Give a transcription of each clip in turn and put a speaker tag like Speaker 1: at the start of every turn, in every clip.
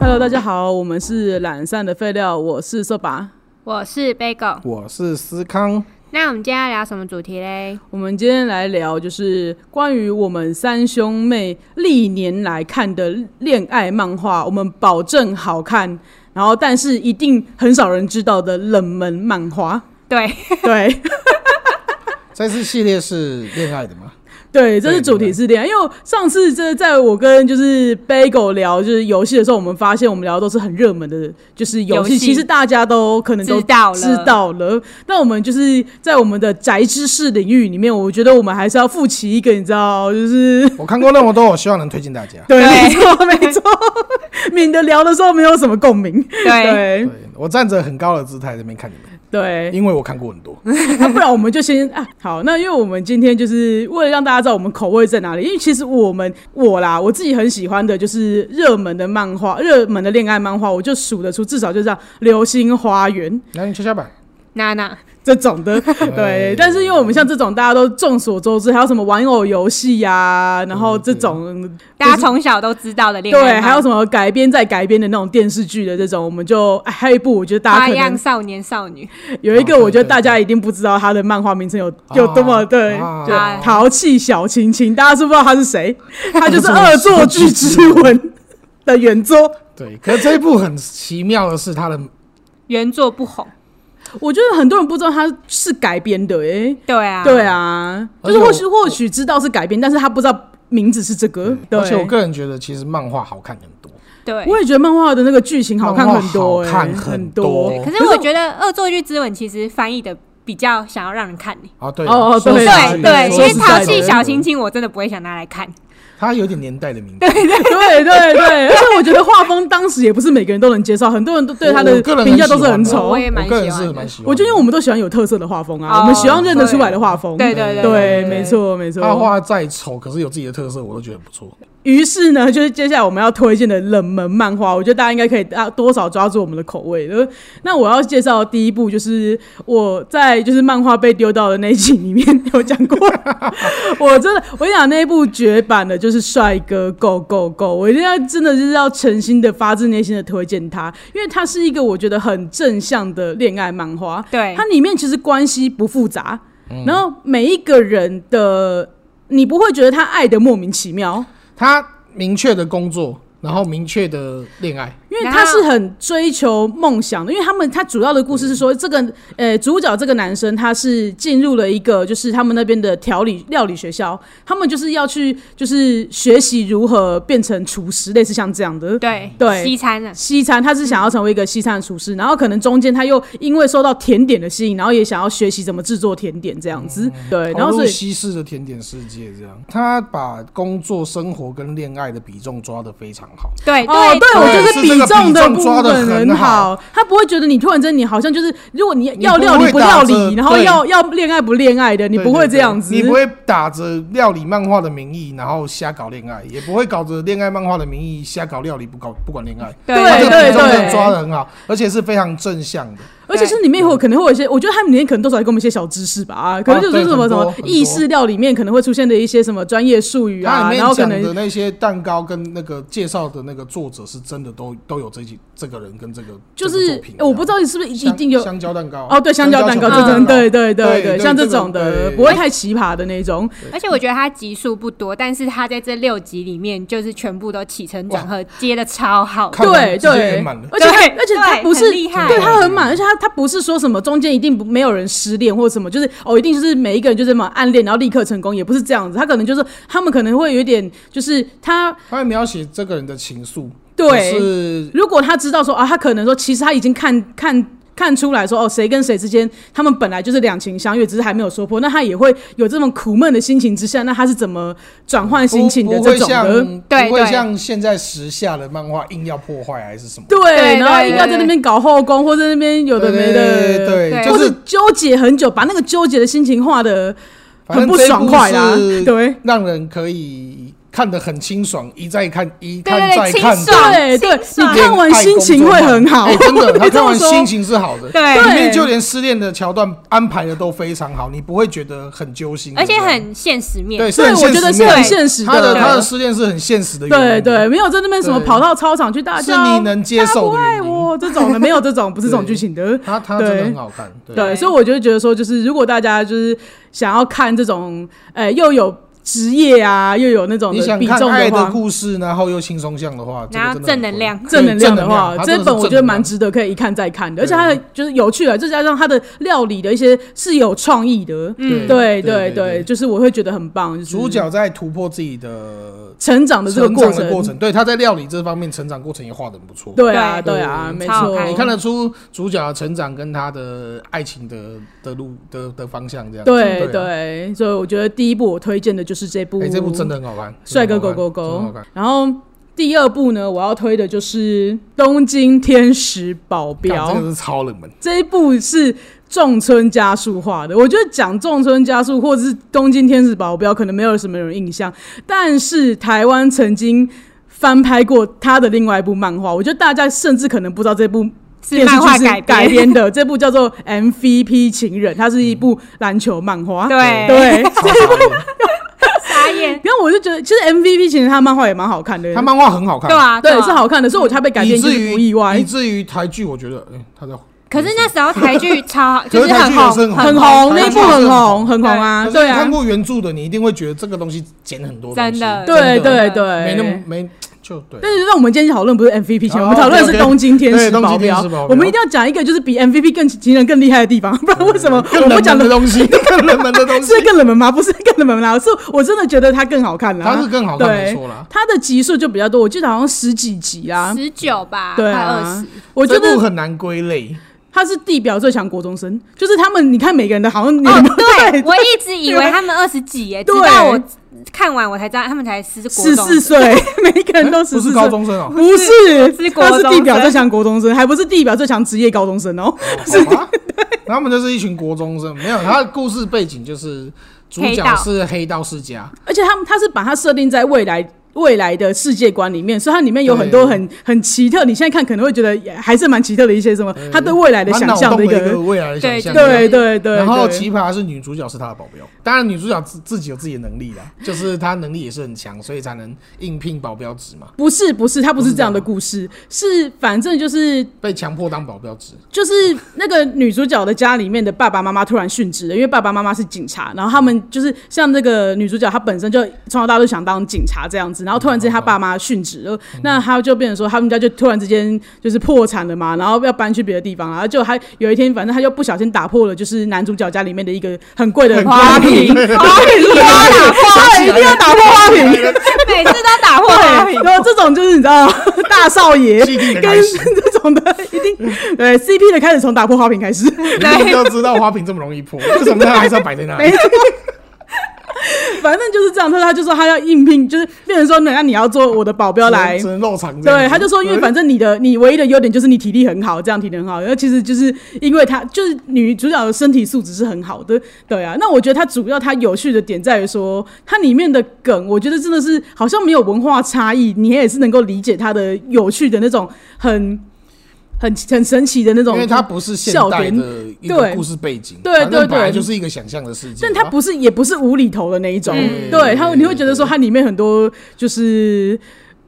Speaker 1: Hello，大家好，我们是懒散的废料，我是色拔。
Speaker 2: 我是 Bagel。
Speaker 3: 我是思康，
Speaker 2: 那我们今天要聊什么主题嘞？
Speaker 1: 我们今天来聊就是关于我们三兄妹历年来看的恋爱漫画，我们保证好看，然后但是一定很少人知道的冷门漫画。
Speaker 2: 对，
Speaker 1: 对，
Speaker 3: 这次系列是恋爱的吗？
Speaker 1: 对，这是主题是这样，因为上次这在我跟就是 Bagel 聊就是游戏的时候，我们发现我们聊的都是很热门的，就是游
Speaker 2: 游戏
Speaker 1: 戏，其实大家都可能都
Speaker 2: 知道了
Speaker 1: 知道了。那我们就是在我们的宅知识领域里面，我觉得我们还是要负起一个，你知道， 就是。
Speaker 3: 我看过那么多，我希望能推荐大家
Speaker 1: 对，
Speaker 2: 对
Speaker 1: 没错，没错， 免得聊的时候没有什么共鸣。
Speaker 2: 对，
Speaker 1: 对
Speaker 3: 对我站着很高的姿态在那边看你们，
Speaker 1: 对，
Speaker 3: 因为我看过很多。
Speaker 1: 那不然我们就先啊，好，那因为我们今天就是为了让大家知道我们口味在哪里，因为其实我们我啦，我自己很喜欢的就是热门的漫画，热门的恋爱漫画，我就数得出，至少就像《流星花园》
Speaker 3: 那你跷跷板，
Speaker 2: 娜娜，
Speaker 1: 这种 的，对。但是因为我们像这种大家都众所周知，还有什么玩偶游戏呀，然后这种
Speaker 3: 嗯
Speaker 2: 大家从小都知道的恋爱漫
Speaker 1: 对，还有什么改编再改编的那种电视剧的这种，我们就哎还有一部，我觉得大家
Speaker 2: 花
Speaker 1: 可
Speaker 3: 啊
Speaker 2: 样
Speaker 1: 能
Speaker 2: 少年少女，
Speaker 1: 有一个，
Speaker 3: 哦对
Speaker 1: 我觉得
Speaker 3: 对
Speaker 1: 大家
Speaker 3: 对
Speaker 1: 一定不知道他的漫画名称有 有多么
Speaker 3: 啊
Speaker 1: 对，
Speaker 3: 啊
Speaker 1: 就
Speaker 2: 哎
Speaker 1: 淘气小亲亲，大家知不知道他是 谁？他就是《恶作剧之吻》的原作。
Speaker 3: 对，可是这一部很奇妙的是，它的
Speaker 2: 原作不红。
Speaker 1: 我觉得很多人不知道他是改编的、欸，
Speaker 2: 对啊，
Speaker 1: 对啊，就
Speaker 3: 而
Speaker 1: 是
Speaker 3: 且
Speaker 1: 或
Speaker 3: 我
Speaker 1: 许或许知道是改编，但是他不知道名字是这个。对，
Speaker 3: 而且我个人觉得，其实漫画好看很多。
Speaker 2: 对
Speaker 1: 我也觉得漫画的那个剧情好看
Speaker 3: 漫画
Speaker 1: 很多、欸，
Speaker 3: 好看
Speaker 1: 很
Speaker 3: 很
Speaker 1: 多
Speaker 3: 多。
Speaker 2: 可是我觉得《恶作剧之吻》其实翻译的比较想要让人看你。
Speaker 3: 哦，对
Speaker 1: 哦哦
Speaker 3: 说
Speaker 1: 对
Speaker 3: 实在
Speaker 2: 对
Speaker 3: 的
Speaker 2: 对，因
Speaker 3: 说
Speaker 2: 为
Speaker 3: 实在
Speaker 2: 淘
Speaker 3: 的
Speaker 2: 气小亲亲，我真的不会想拿来看。
Speaker 3: 它有点年代的名字。
Speaker 1: 对对对，而且我觉得画风当时也不是每个人都能接受，很多人都对他
Speaker 3: 我
Speaker 1: 的
Speaker 3: 我个人
Speaker 1: 评价都
Speaker 3: 喜
Speaker 1: 是
Speaker 3: 欢
Speaker 1: 很
Speaker 3: 的
Speaker 1: 丑
Speaker 2: 我。也蛮
Speaker 3: 我个人
Speaker 2: 喜欢
Speaker 3: 是
Speaker 2: 的
Speaker 3: 蛮喜欢的。
Speaker 1: 我觉得因为我们都喜欢有特色的画风啊，
Speaker 2: 哦
Speaker 1: 我们喜欢认得出来的画风。
Speaker 2: 对对
Speaker 1: 对，没。错没
Speaker 3: 他
Speaker 1: 错。
Speaker 3: 画再丑，可是有自己的特色，我都觉得很不错。
Speaker 1: 于是呢，就是接下来我们要推荐的冷门漫画，我觉得大家应该可以大多少抓住我们的口味。呃那我要介绍的第一部就是我在就是漫画被丢到的那一集里面有讲过，我真的我跟你讲那一部绝版的就是《帅哥 Go Go Go》，我一定要真的就是要诚心的发自内心的推荐它，因为它是一个我觉得很正向的恋爱漫画。
Speaker 2: 对
Speaker 1: 它里面其实关系不复杂，然后每一个人的你不会觉得他爱的莫名其妙，
Speaker 3: 他明确的工作，然后明确的恋爱，
Speaker 1: 因为
Speaker 2: 然
Speaker 1: 他
Speaker 2: 后
Speaker 1: 是很追求梦想的。因为他们他主要的故事是说，这个呃主角这个男生他是进入了一个就是他们那边的调理料理学校，他们就是要去就是学习如何变成厨师，类似像这样的。
Speaker 2: 对
Speaker 1: 对
Speaker 2: 西餐啊，
Speaker 1: 西餐，他是想要成为一个西餐的厨师，然后可能中间他又因为受到甜点的吸引，然后也想要学习怎么制作甜点这样子，对，然后
Speaker 3: 投
Speaker 1: 所
Speaker 3: 入哦
Speaker 1: 以
Speaker 3: 西式的甜点世界，这样他把工作、生活跟恋爱的比重抓得非常好。
Speaker 2: 对
Speaker 1: 哦，对，我觉
Speaker 3: 对
Speaker 1: 得
Speaker 3: 是
Speaker 1: 比
Speaker 3: 这个
Speaker 1: 重
Speaker 3: 比
Speaker 1: 的
Speaker 3: 重
Speaker 1: 部
Speaker 3: 抓得
Speaker 1: 分
Speaker 3: 很
Speaker 1: 很
Speaker 3: 好
Speaker 1: 好，他不会觉得你突然间你好像就是，如果你
Speaker 3: 你
Speaker 1: 要
Speaker 3: 不
Speaker 1: 料理
Speaker 3: 会
Speaker 1: 不
Speaker 3: 打
Speaker 1: 料
Speaker 3: 折
Speaker 1: 理，然后
Speaker 3: 对
Speaker 1: 要要恋爱不恋爱的，你
Speaker 3: 对
Speaker 1: 不会
Speaker 3: 对
Speaker 1: 这
Speaker 3: 对
Speaker 1: 样子，
Speaker 3: 你不会打着料理漫画的名义，然后瞎搞恋爱，也不会搞着恋爱漫画的名义瞎搞料理，不搞不管恋爱。
Speaker 1: 对
Speaker 3: 这个
Speaker 1: 对
Speaker 3: 比重真
Speaker 1: 对
Speaker 3: 的抓得很好，而且是非常正向的。
Speaker 1: 而且是里面会有可能会有一些，我觉得他们里面可能多少会给我们一些小知识吧，啊，可能就是
Speaker 3: 哦对
Speaker 1: 什么
Speaker 3: 很
Speaker 1: 什么
Speaker 3: 多很
Speaker 1: 意
Speaker 3: 多
Speaker 1: 式料里面可能会出现的一些什么专业术语
Speaker 3: 它
Speaker 1: 啊，
Speaker 3: 里
Speaker 1: 然
Speaker 3: 面
Speaker 1: 后可
Speaker 3: 讲
Speaker 1: 能
Speaker 3: 的那些蛋糕跟那个介绍的那个作者是真的都都有这几这个人跟这个
Speaker 1: 就
Speaker 3: 这个
Speaker 1: 是呃
Speaker 3: 作品这样
Speaker 1: 我不知道你是不是一
Speaker 3: 香
Speaker 1: 定有
Speaker 3: 香蕉蛋糕
Speaker 1: 哦，对，香蕉蛋糕
Speaker 3: 香
Speaker 1: 这种，
Speaker 2: 嗯
Speaker 1: 对对
Speaker 3: 对
Speaker 1: 对，
Speaker 3: 对
Speaker 1: 像这
Speaker 3: 这个
Speaker 1: 种的
Speaker 3: 对
Speaker 1: 不会太奇葩的那种，
Speaker 2: 而且我觉得它集数不多，但是它在这六集里面就是全部都起承转合，接的超好的。
Speaker 3: 看完
Speaker 1: 对
Speaker 3: 直接
Speaker 1: 对
Speaker 3: 圆满了，
Speaker 1: 而且它
Speaker 2: 对
Speaker 1: 而且它
Speaker 2: 对
Speaker 1: 不是
Speaker 2: 很厉害
Speaker 1: 对它很满，
Speaker 2: 嗯
Speaker 1: 而且它它不是说什么中间一定不没有人失恋或什么，就是哦一定就是每一个人就这么暗恋然后立刻成功，也不是这样子，他可能就是他们可能会有一点就是他
Speaker 3: 他会描写这个人的情愫，
Speaker 1: 对
Speaker 3: 可是
Speaker 1: 如果他知道说啊，他可能说其实他已经看 看。看出来说哦，谁跟谁之间，他们本来就是两情相悦，只是还没有说破。那他也会有这种苦闷的心情之下，那他是怎么转换心情的
Speaker 3: 不
Speaker 1: 这
Speaker 3: 会
Speaker 1: 种
Speaker 3: 像
Speaker 1: 的？
Speaker 2: 对
Speaker 3: 不会
Speaker 2: 对
Speaker 3: 像现在时下的漫画硬要破坏还是什么，
Speaker 1: 对，
Speaker 2: 对
Speaker 1: 然后
Speaker 2: 对
Speaker 1: 硬要
Speaker 2: 对
Speaker 1: 在那边搞后宫，或者那边有的没
Speaker 3: 对
Speaker 1: 的，
Speaker 3: 对
Speaker 2: 对
Speaker 3: 对，
Speaker 1: 或
Speaker 3: 就
Speaker 1: 者
Speaker 3: 是
Speaker 1: 纠结很久，把那个纠结的心情画的
Speaker 3: 反
Speaker 1: 很
Speaker 3: 正
Speaker 1: 不
Speaker 3: 这一
Speaker 1: 爽
Speaker 3: 部
Speaker 1: 快啦。
Speaker 3: 是
Speaker 1: 对
Speaker 3: 让人可以看得很清爽，一再看一
Speaker 2: 对
Speaker 3: 看
Speaker 2: 对
Speaker 3: 再
Speaker 2: 对，
Speaker 3: 看
Speaker 2: 清
Speaker 3: 的，
Speaker 2: 爽，
Speaker 1: 对对
Speaker 2: 清爽
Speaker 1: 你看完心情会很好
Speaker 3: 哎真 的，
Speaker 1: 我
Speaker 3: 他
Speaker 1: 这
Speaker 3: 看
Speaker 1: 么
Speaker 3: 完
Speaker 1: 说
Speaker 3: 心情是好的。
Speaker 2: 对
Speaker 1: 对
Speaker 3: 里面就连失恋的桥段安排的都非常好，你不会觉得很揪心，
Speaker 2: 而且
Speaker 3: 对不对
Speaker 2: 很现实面。
Speaker 3: 对，是
Speaker 1: 所以
Speaker 3: 很
Speaker 1: 我觉得
Speaker 3: 现实
Speaker 1: 是
Speaker 3: 面
Speaker 1: 很现实
Speaker 3: 他的
Speaker 1: 的，
Speaker 3: 他的失恋是很现实的原
Speaker 1: 对
Speaker 3: 因，
Speaker 1: 对，没有在那边什么
Speaker 3: 对
Speaker 1: 跑到操场去
Speaker 2: 啊
Speaker 1: 大
Speaker 3: 是
Speaker 1: 叫，
Speaker 3: 你能接受的
Speaker 1: 他
Speaker 3: 原
Speaker 1: 不爱
Speaker 3: 因。
Speaker 1: 我这种的，没有这种不是这种
Speaker 3: 对
Speaker 1: 剧情的。
Speaker 3: 他他真的
Speaker 1: 对
Speaker 3: 很好看，
Speaker 1: 对，所以我就觉得说，就是如果大家就是想要看这种，呃，又有职业啊，又有那种
Speaker 3: 你
Speaker 1: 的
Speaker 3: 想
Speaker 1: 比
Speaker 3: 看
Speaker 1: 重
Speaker 3: 爱的
Speaker 1: 话，
Speaker 3: 故事，然后又轻松向的话，这个
Speaker 2: 然后
Speaker 3: 真的
Speaker 2: 正
Speaker 3: 很
Speaker 2: 能
Speaker 3: 不
Speaker 2: 量
Speaker 3: 错
Speaker 1: 正
Speaker 3: 对
Speaker 1: 能量的话，
Speaker 3: 它真
Speaker 1: 这
Speaker 3: 是
Speaker 1: 本我
Speaker 3: 正
Speaker 1: 觉得
Speaker 3: 能
Speaker 1: 蛮
Speaker 3: 量
Speaker 1: 值得可以一看再看的，而
Speaker 3: 对
Speaker 1: 且它的就是有趣的，再加上它的料理的一些是有创意的，
Speaker 2: 嗯
Speaker 1: 对对
Speaker 3: 对对
Speaker 1: 对，
Speaker 3: 对
Speaker 1: 就是我会觉得很棒，就是
Speaker 3: 主角在突破自己的
Speaker 1: 成长的这个
Speaker 3: 成长的
Speaker 1: 程，
Speaker 3: 过程，对他在料理这方面成长过程也画的很不错。
Speaker 1: 对啊
Speaker 2: 对嗯
Speaker 1: 对啊，
Speaker 3: 对
Speaker 1: 没
Speaker 2: 超好
Speaker 1: 错，
Speaker 2: 看
Speaker 3: 你看得出主角的成长跟他的爱情的的路的的方向这样子。
Speaker 1: 对
Speaker 3: 对啊，
Speaker 1: 对，所以我觉得第一部我推荐的就是这部，
Speaker 3: 哎，这部真的很好看，
Speaker 1: 帅哥
Speaker 3: 真的
Speaker 1: 狗
Speaker 3: 很好
Speaker 1: 狗
Speaker 3: 看
Speaker 1: 狗
Speaker 3: 真的很好看。。
Speaker 1: 然后第二部呢，我要推的就是《东京天使保镖
Speaker 3: 干》这个是超冷门，
Speaker 1: 这一部是仲村佳树画的。我觉得讲仲村佳树或者是《东京天使保镖》可能没有什么人有印象，但是台湾曾经。翻拍过他的另外一部漫画，我觉得大家甚至可能不知道这部
Speaker 2: 是
Speaker 1: 电视
Speaker 2: 漫画
Speaker 1: 剧是改
Speaker 2: 改编，
Speaker 1: 编的，这部叫做《MVP 情人》，它是一部篮球漫画。
Speaker 2: 对
Speaker 1: 对，
Speaker 3: 超傻 眼
Speaker 2: 傻眼，
Speaker 1: 然后我就觉得，其实 MVP 情人他的漫画也蛮好看的，
Speaker 3: 他漫画很好看
Speaker 2: 对，啊，
Speaker 1: 对
Speaker 2: 啊
Speaker 1: 是。好看的，所以我才被改
Speaker 3: 以
Speaker 1: 编，就
Speaker 3: 至
Speaker 1: 是
Speaker 3: 于
Speaker 1: 不意外
Speaker 3: 以。至于台剧，我觉得哎他在
Speaker 2: 可是那时候台剧超好，
Speaker 3: 可
Speaker 2: 就是
Speaker 3: 台
Speaker 2: 很
Speaker 3: 剧也是
Speaker 2: 红，
Speaker 1: 很红，啊
Speaker 3: 红
Speaker 1: 那
Speaker 3: 台
Speaker 1: 一
Speaker 3: 剧
Speaker 1: 部
Speaker 3: 也
Speaker 1: 很
Speaker 3: 是很
Speaker 1: 红，
Speaker 3: 红
Speaker 1: 很红啊，
Speaker 3: 可是
Speaker 1: 对
Speaker 3: 你
Speaker 1: 啊
Speaker 3: 看，过原著的，你一定会觉得这个东西剪很多东西，
Speaker 2: 真的
Speaker 1: 对
Speaker 3: 真的
Speaker 1: 对
Speaker 2: 的
Speaker 1: 对，
Speaker 3: 没那么没就对。
Speaker 1: 但是让我们今天讨论不是 MVP 情人，
Speaker 3: 哦
Speaker 1: 我们讨论的是
Speaker 3: OK，OK
Speaker 1: 东京天使
Speaker 3: 对东
Speaker 1: 保
Speaker 3: 京天
Speaker 1: 镖
Speaker 3: 使保镖。
Speaker 1: 我们一定要讲一个就是比 MVP 更情人更厉害的地方， 不然为什么我
Speaker 3: 更
Speaker 1: 们
Speaker 3: 冷
Speaker 1: 讲
Speaker 3: 门
Speaker 1: 的
Speaker 3: 的 东西，更冷门的东西
Speaker 1: 是，更冷门吗？不是更冷门啦，是我真的觉得它更好看啦。
Speaker 3: 它是更好看，
Speaker 1: 对
Speaker 3: 没错啦。
Speaker 1: 它的集数就比较多，我记得好像十几集啊。
Speaker 2: 十九吧，
Speaker 1: 对
Speaker 2: 快
Speaker 1: 啊
Speaker 2: 二十，，
Speaker 1: 我觉
Speaker 3: 这部
Speaker 1: 得
Speaker 3: 很难归类，
Speaker 1: 他是地表最强国中生，就是他们，你看每个人的好像年
Speaker 3: 啊
Speaker 2: 哦
Speaker 1: 龄，
Speaker 2: 对，我一直以为他们二十几耶，直
Speaker 1: 对
Speaker 2: 到我看完我才知道他们才十国
Speaker 1: 十
Speaker 2: 中
Speaker 1: 四岁， 每一个人都
Speaker 3: 不
Speaker 1: 十四
Speaker 3: 是
Speaker 1: 岁，
Speaker 3: 高中生哦，
Speaker 1: 不是，
Speaker 2: 是国
Speaker 1: 他是
Speaker 2: 中
Speaker 1: 地表
Speaker 2: 生
Speaker 1: 最强国中生，还不是地表最强职业高中生哦。
Speaker 3: 好吧他们就是一群国中生，没有，他的故事背景就是主
Speaker 2: 黑
Speaker 3: 角
Speaker 2: 道
Speaker 3: 是黑道世家，
Speaker 1: 而且他们他是把它设定在未来。未来的世界观里面，所以它里面有很多
Speaker 3: 对
Speaker 1: 很很奇特，你现在看可能会觉得也还是蛮奇特的一些什么，他对未来的
Speaker 3: 他
Speaker 1: 想
Speaker 3: 脑
Speaker 1: 象的
Speaker 3: 洞的
Speaker 1: 一
Speaker 3: 一
Speaker 1: 个，
Speaker 3: 个未来的想象，啊
Speaker 1: 对
Speaker 2: 对
Speaker 1: 对对。
Speaker 3: 然后
Speaker 1: 对
Speaker 3: 奇葩是女主角是他的保镖，当然女主角自自己有自己的能力啦， 就是她能力也是很强，所以才能应聘保镖职嘛，
Speaker 1: 不是不是，他不是这样的故事，是反正就是
Speaker 3: 被强迫当保 镖职，
Speaker 1: 就是那个女主角的家里面的爸爸妈妈突然殉职了，因为爸爸妈妈是警察，然后他们就是像那个女主角，她本身就从小到大就想当警察这样子，然后突然之间她爸妈殉职了，那她就变成说他们家就突然之间就是破产了嘛，然后要搬去别的地方，然后就她有一天反正她就不小心打破了就是男主角家里面的一个很贵的
Speaker 3: 很贵
Speaker 1: 花瓶，花瓶一定要打破，一定要打破花瓶。
Speaker 2: 每次都打破花
Speaker 1: 对，
Speaker 2: 瓶，
Speaker 1: 然后这种就是你知道大少爷
Speaker 3: 既定的
Speaker 1: 跟
Speaker 3: 开始
Speaker 1: 这种的 一定对 CP 的开始从打破花瓶开始，
Speaker 3: 你就知道花瓶这么容易破， 为什么它还是要摆在那里？
Speaker 1: 反正就是这样。他他就说他要应聘，就是变成说那那你要做我的保镖来
Speaker 3: 只。能肉偿这样子。
Speaker 1: 对，他就说，因为反正你的你唯一的优点就是你体力很好，这样体力很好。然后其实就是因为他就是女主角的身体素质是很好的，对啊。那我觉得它主要它有趣的点在于说，它里面的梗，我觉得真的是好像没有文化差异，你也是能够理解它的有趣的那种很很很神奇的那种，
Speaker 3: 因为它不是现代的一
Speaker 1: 对
Speaker 3: 个故事背景，
Speaker 1: 对对
Speaker 3: 反正本来
Speaker 1: 对
Speaker 3: 就是一个想象的世界。
Speaker 1: 但它不是也不是无厘头的那一种，
Speaker 2: 嗯
Speaker 1: 对它
Speaker 3: 对
Speaker 1: 你会觉得说它里面很多就是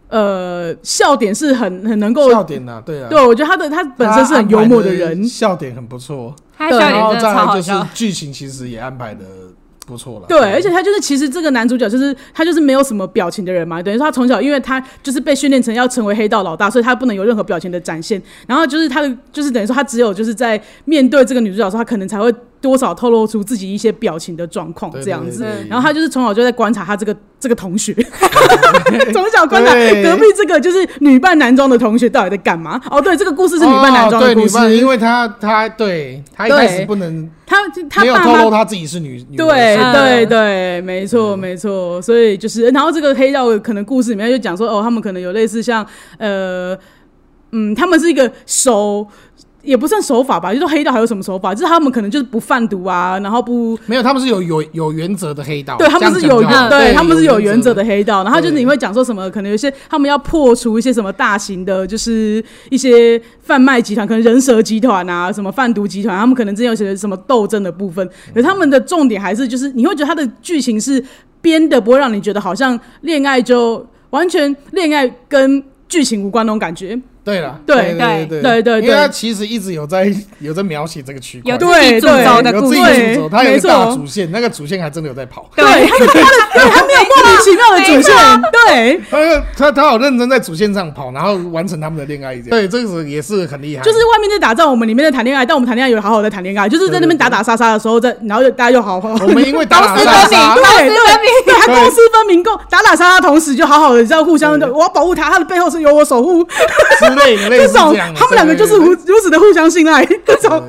Speaker 1: 呃笑点是很很能够
Speaker 3: 然后，笑点呐，对啊，
Speaker 1: 对我觉得他的他本身是很幽默的人
Speaker 3: 他安排，笑点很不错。
Speaker 2: 他
Speaker 1: 对
Speaker 2: 笑
Speaker 3: 然
Speaker 2: 点
Speaker 3: 后
Speaker 2: 真的
Speaker 3: 再
Speaker 2: 超
Speaker 3: 来
Speaker 2: 好
Speaker 3: 就
Speaker 2: 笑
Speaker 3: 是。剧情其实也安排的不错了。
Speaker 1: 对，而且他就是其实这个男主角就是他就是没有什么表情的人嘛，等于说他从小因为他就是被训练成要成为黑道老大，所以他不能有任何表情的展现。然后就是他的就是等于说他只有就是在面对这个女主角的时候，他可能才会多少透露出自己一些表情的状况
Speaker 3: 对
Speaker 1: 这样子。
Speaker 3: 对对对
Speaker 1: 然后他就是从小就在观察他这个这个同 学，从小观察
Speaker 3: 对
Speaker 1: 隔壁 这个就是女扮男装的同学到底在干嘛。哦，对，这个故事是女扮男装
Speaker 3: 哦
Speaker 1: 的
Speaker 3: 对
Speaker 1: 故
Speaker 3: 女
Speaker 1: 事，
Speaker 3: 扮，因为他他对他一
Speaker 1: 对
Speaker 3: 开始不能
Speaker 1: 他他
Speaker 3: 没有
Speaker 1: 爸
Speaker 3: 透
Speaker 1: 妈
Speaker 3: 露他自己是女女的嗯
Speaker 1: 对
Speaker 3: 身份
Speaker 1: 对
Speaker 2: 嗯
Speaker 1: 对，没错没错，所以就是，然后这个黑道的可能故事里面就讲说，哦，他们可能有类似像呃，嗯，他们是一个手也不算手法吧，就是黑道还有什么手法？就是他们可能就是不贩毒啊，然后不
Speaker 3: 没有，他们是有有有原则的黑道，
Speaker 1: 对他们是有
Speaker 3: 哦这样讲
Speaker 1: 原
Speaker 3: 就好
Speaker 1: 对他们是有
Speaker 3: 原
Speaker 1: 原则的黑道，然后就是
Speaker 3: 对
Speaker 1: 你会讲说什么，可能有些他们要破除一些什么大型的，就是一些贩卖集团，可能人蛇集团啊，什么贩毒集团，他们可能真有些什么斗争的部分，
Speaker 3: 嗯
Speaker 1: 可是他们的重点还是就是你会觉得他的剧情是编的，不会让你觉得好像恋爱就完全恋爱跟剧情无关那种感觉，
Speaker 3: 对了，
Speaker 1: 对
Speaker 3: 对
Speaker 1: 对
Speaker 3: 对
Speaker 1: 对对
Speaker 3: 因为他其实一直有在有在描写这个区块，
Speaker 2: 有
Speaker 1: 对
Speaker 2: 自己
Speaker 3: 对
Speaker 2: 主
Speaker 1: 对
Speaker 2: 轴
Speaker 1: 有
Speaker 2: 的
Speaker 3: 有
Speaker 2: 故
Speaker 3: 自
Speaker 2: 事
Speaker 3: 己，的主轴，他有一
Speaker 1: 没
Speaker 3: 个
Speaker 1: 错
Speaker 3: 大主线，那个主线还真的有在跑，
Speaker 1: 对，他他的对他没有莫名其妙的主 线，对。
Speaker 3: 他他他好认真在主线上跑，然后完成他们的恋爱这样，对，这个是也是很厉害，
Speaker 1: 就是外面在打仗，我们里面在谈恋爱，但我们谈恋爱有好好在谈恋爱，就是在那边打打杀杀的时候，在然后就大家又好好。
Speaker 3: 我们因为打打
Speaker 2: 公私
Speaker 3: 杀
Speaker 2: 分
Speaker 3: 杀
Speaker 2: 明，
Speaker 1: 对对对， 他
Speaker 2: 公私分明
Speaker 1: 公私分明，共打打杀杀，同时就好好的这样互相的，
Speaker 3: 对
Speaker 1: 我要保护他，他的背后是有我守护，
Speaker 3: 之类的，类
Speaker 1: 这
Speaker 3: 似这
Speaker 1: 种
Speaker 3: 样的，
Speaker 1: 他们两个就是
Speaker 3: 对
Speaker 1: 如如此的互相信赖，这种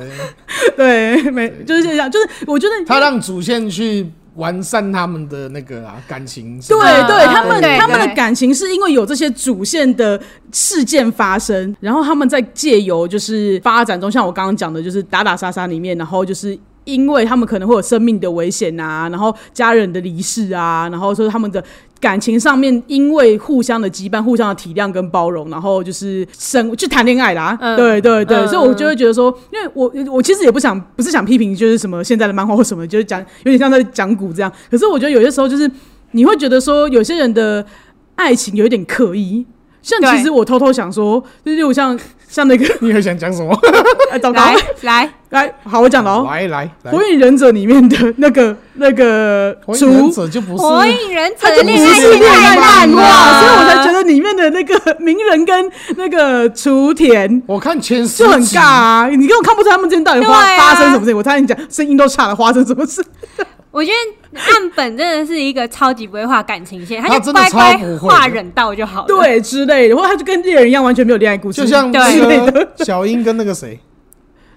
Speaker 3: 对
Speaker 1: 对，没就是这样，就是我觉得
Speaker 3: 他让主线去完善他们的那个啊感情，
Speaker 1: 对
Speaker 2: 嗯
Speaker 1: 对，
Speaker 2: 嗯
Speaker 1: 他们
Speaker 2: 对
Speaker 1: 他们的
Speaker 2: 对
Speaker 1: 感情是因为有这些主线的事件发生，然后他们在借由就是发展中，像我刚刚讲的，就是打打杀杀里面，然后就是。因为他们可能会有生命的危险啊，然后家人的离世啊，然后说他们的感情上面，因为互相的羁绊、互相的体谅跟包容，然后就是生去谈恋爱啦。
Speaker 2: 嗯
Speaker 1: 对对对，
Speaker 2: 嗯
Speaker 1: 所以我就会觉得说，因为我我其实也不想不是想批评，就是什么现在的漫画或什么，就是讲有点像在讲古这样。可是我觉得有些时候就是你会觉得说，有些人的爱情有一点刻意。像
Speaker 2: 对
Speaker 1: 其实我偷偷想说，就是我像像 那个，
Speaker 3: 你还想讲什么？
Speaker 1: 哎，糟糕，
Speaker 2: 来来，
Speaker 1: 来，好，我讲了哦，
Speaker 3: 来来
Speaker 1: 《
Speaker 3: 来
Speaker 1: 火，影忍者》里面的那个那个
Speaker 3: 火影忍
Speaker 1: 竹，
Speaker 3: 者就不是
Speaker 2: 火影忍者
Speaker 1: 他
Speaker 2: 的
Speaker 1: 就不
Speaker 2: 恋爱
Speaker 1: 是
Speaker 2: 情
Speaker 1: 恋
Speaker 2: 太
Speaker 1: 爱漫
Speaker 2: 烂
Speaker 1: 画，
Speaker 2: 了，
Speaker 1: 所以我才觉得里面的那个鸣人跟那个雏田
Speaker 3: 我看前十
Speaker 1: 就很
Speaker 3: 集
Speaker 1: 尬啊！你根本看不出他们之间到底发、
Speaker 2: 对啊
Speaker 1: 发生什么事情。我差点讲声音都差了，发生什么事？
Speaker 2: 我觉得岸本真的是一个超级不会画感 情线，
Speaker 3: 他
Speaker 2: 就
Speaker 3: 真的
Speaker 2: 乖乖
Speaker 3: 超不会的
Speaker 2: 画忍道就好了。，
Speaker 1: 对之类的，然后他就跟猎人一样，完全没有恋爱故事，
Speaker 3: 就像
Speaker 2: 对
Speaker 1: 之类的。
Speaker 3: 那个小樱跟那个谁，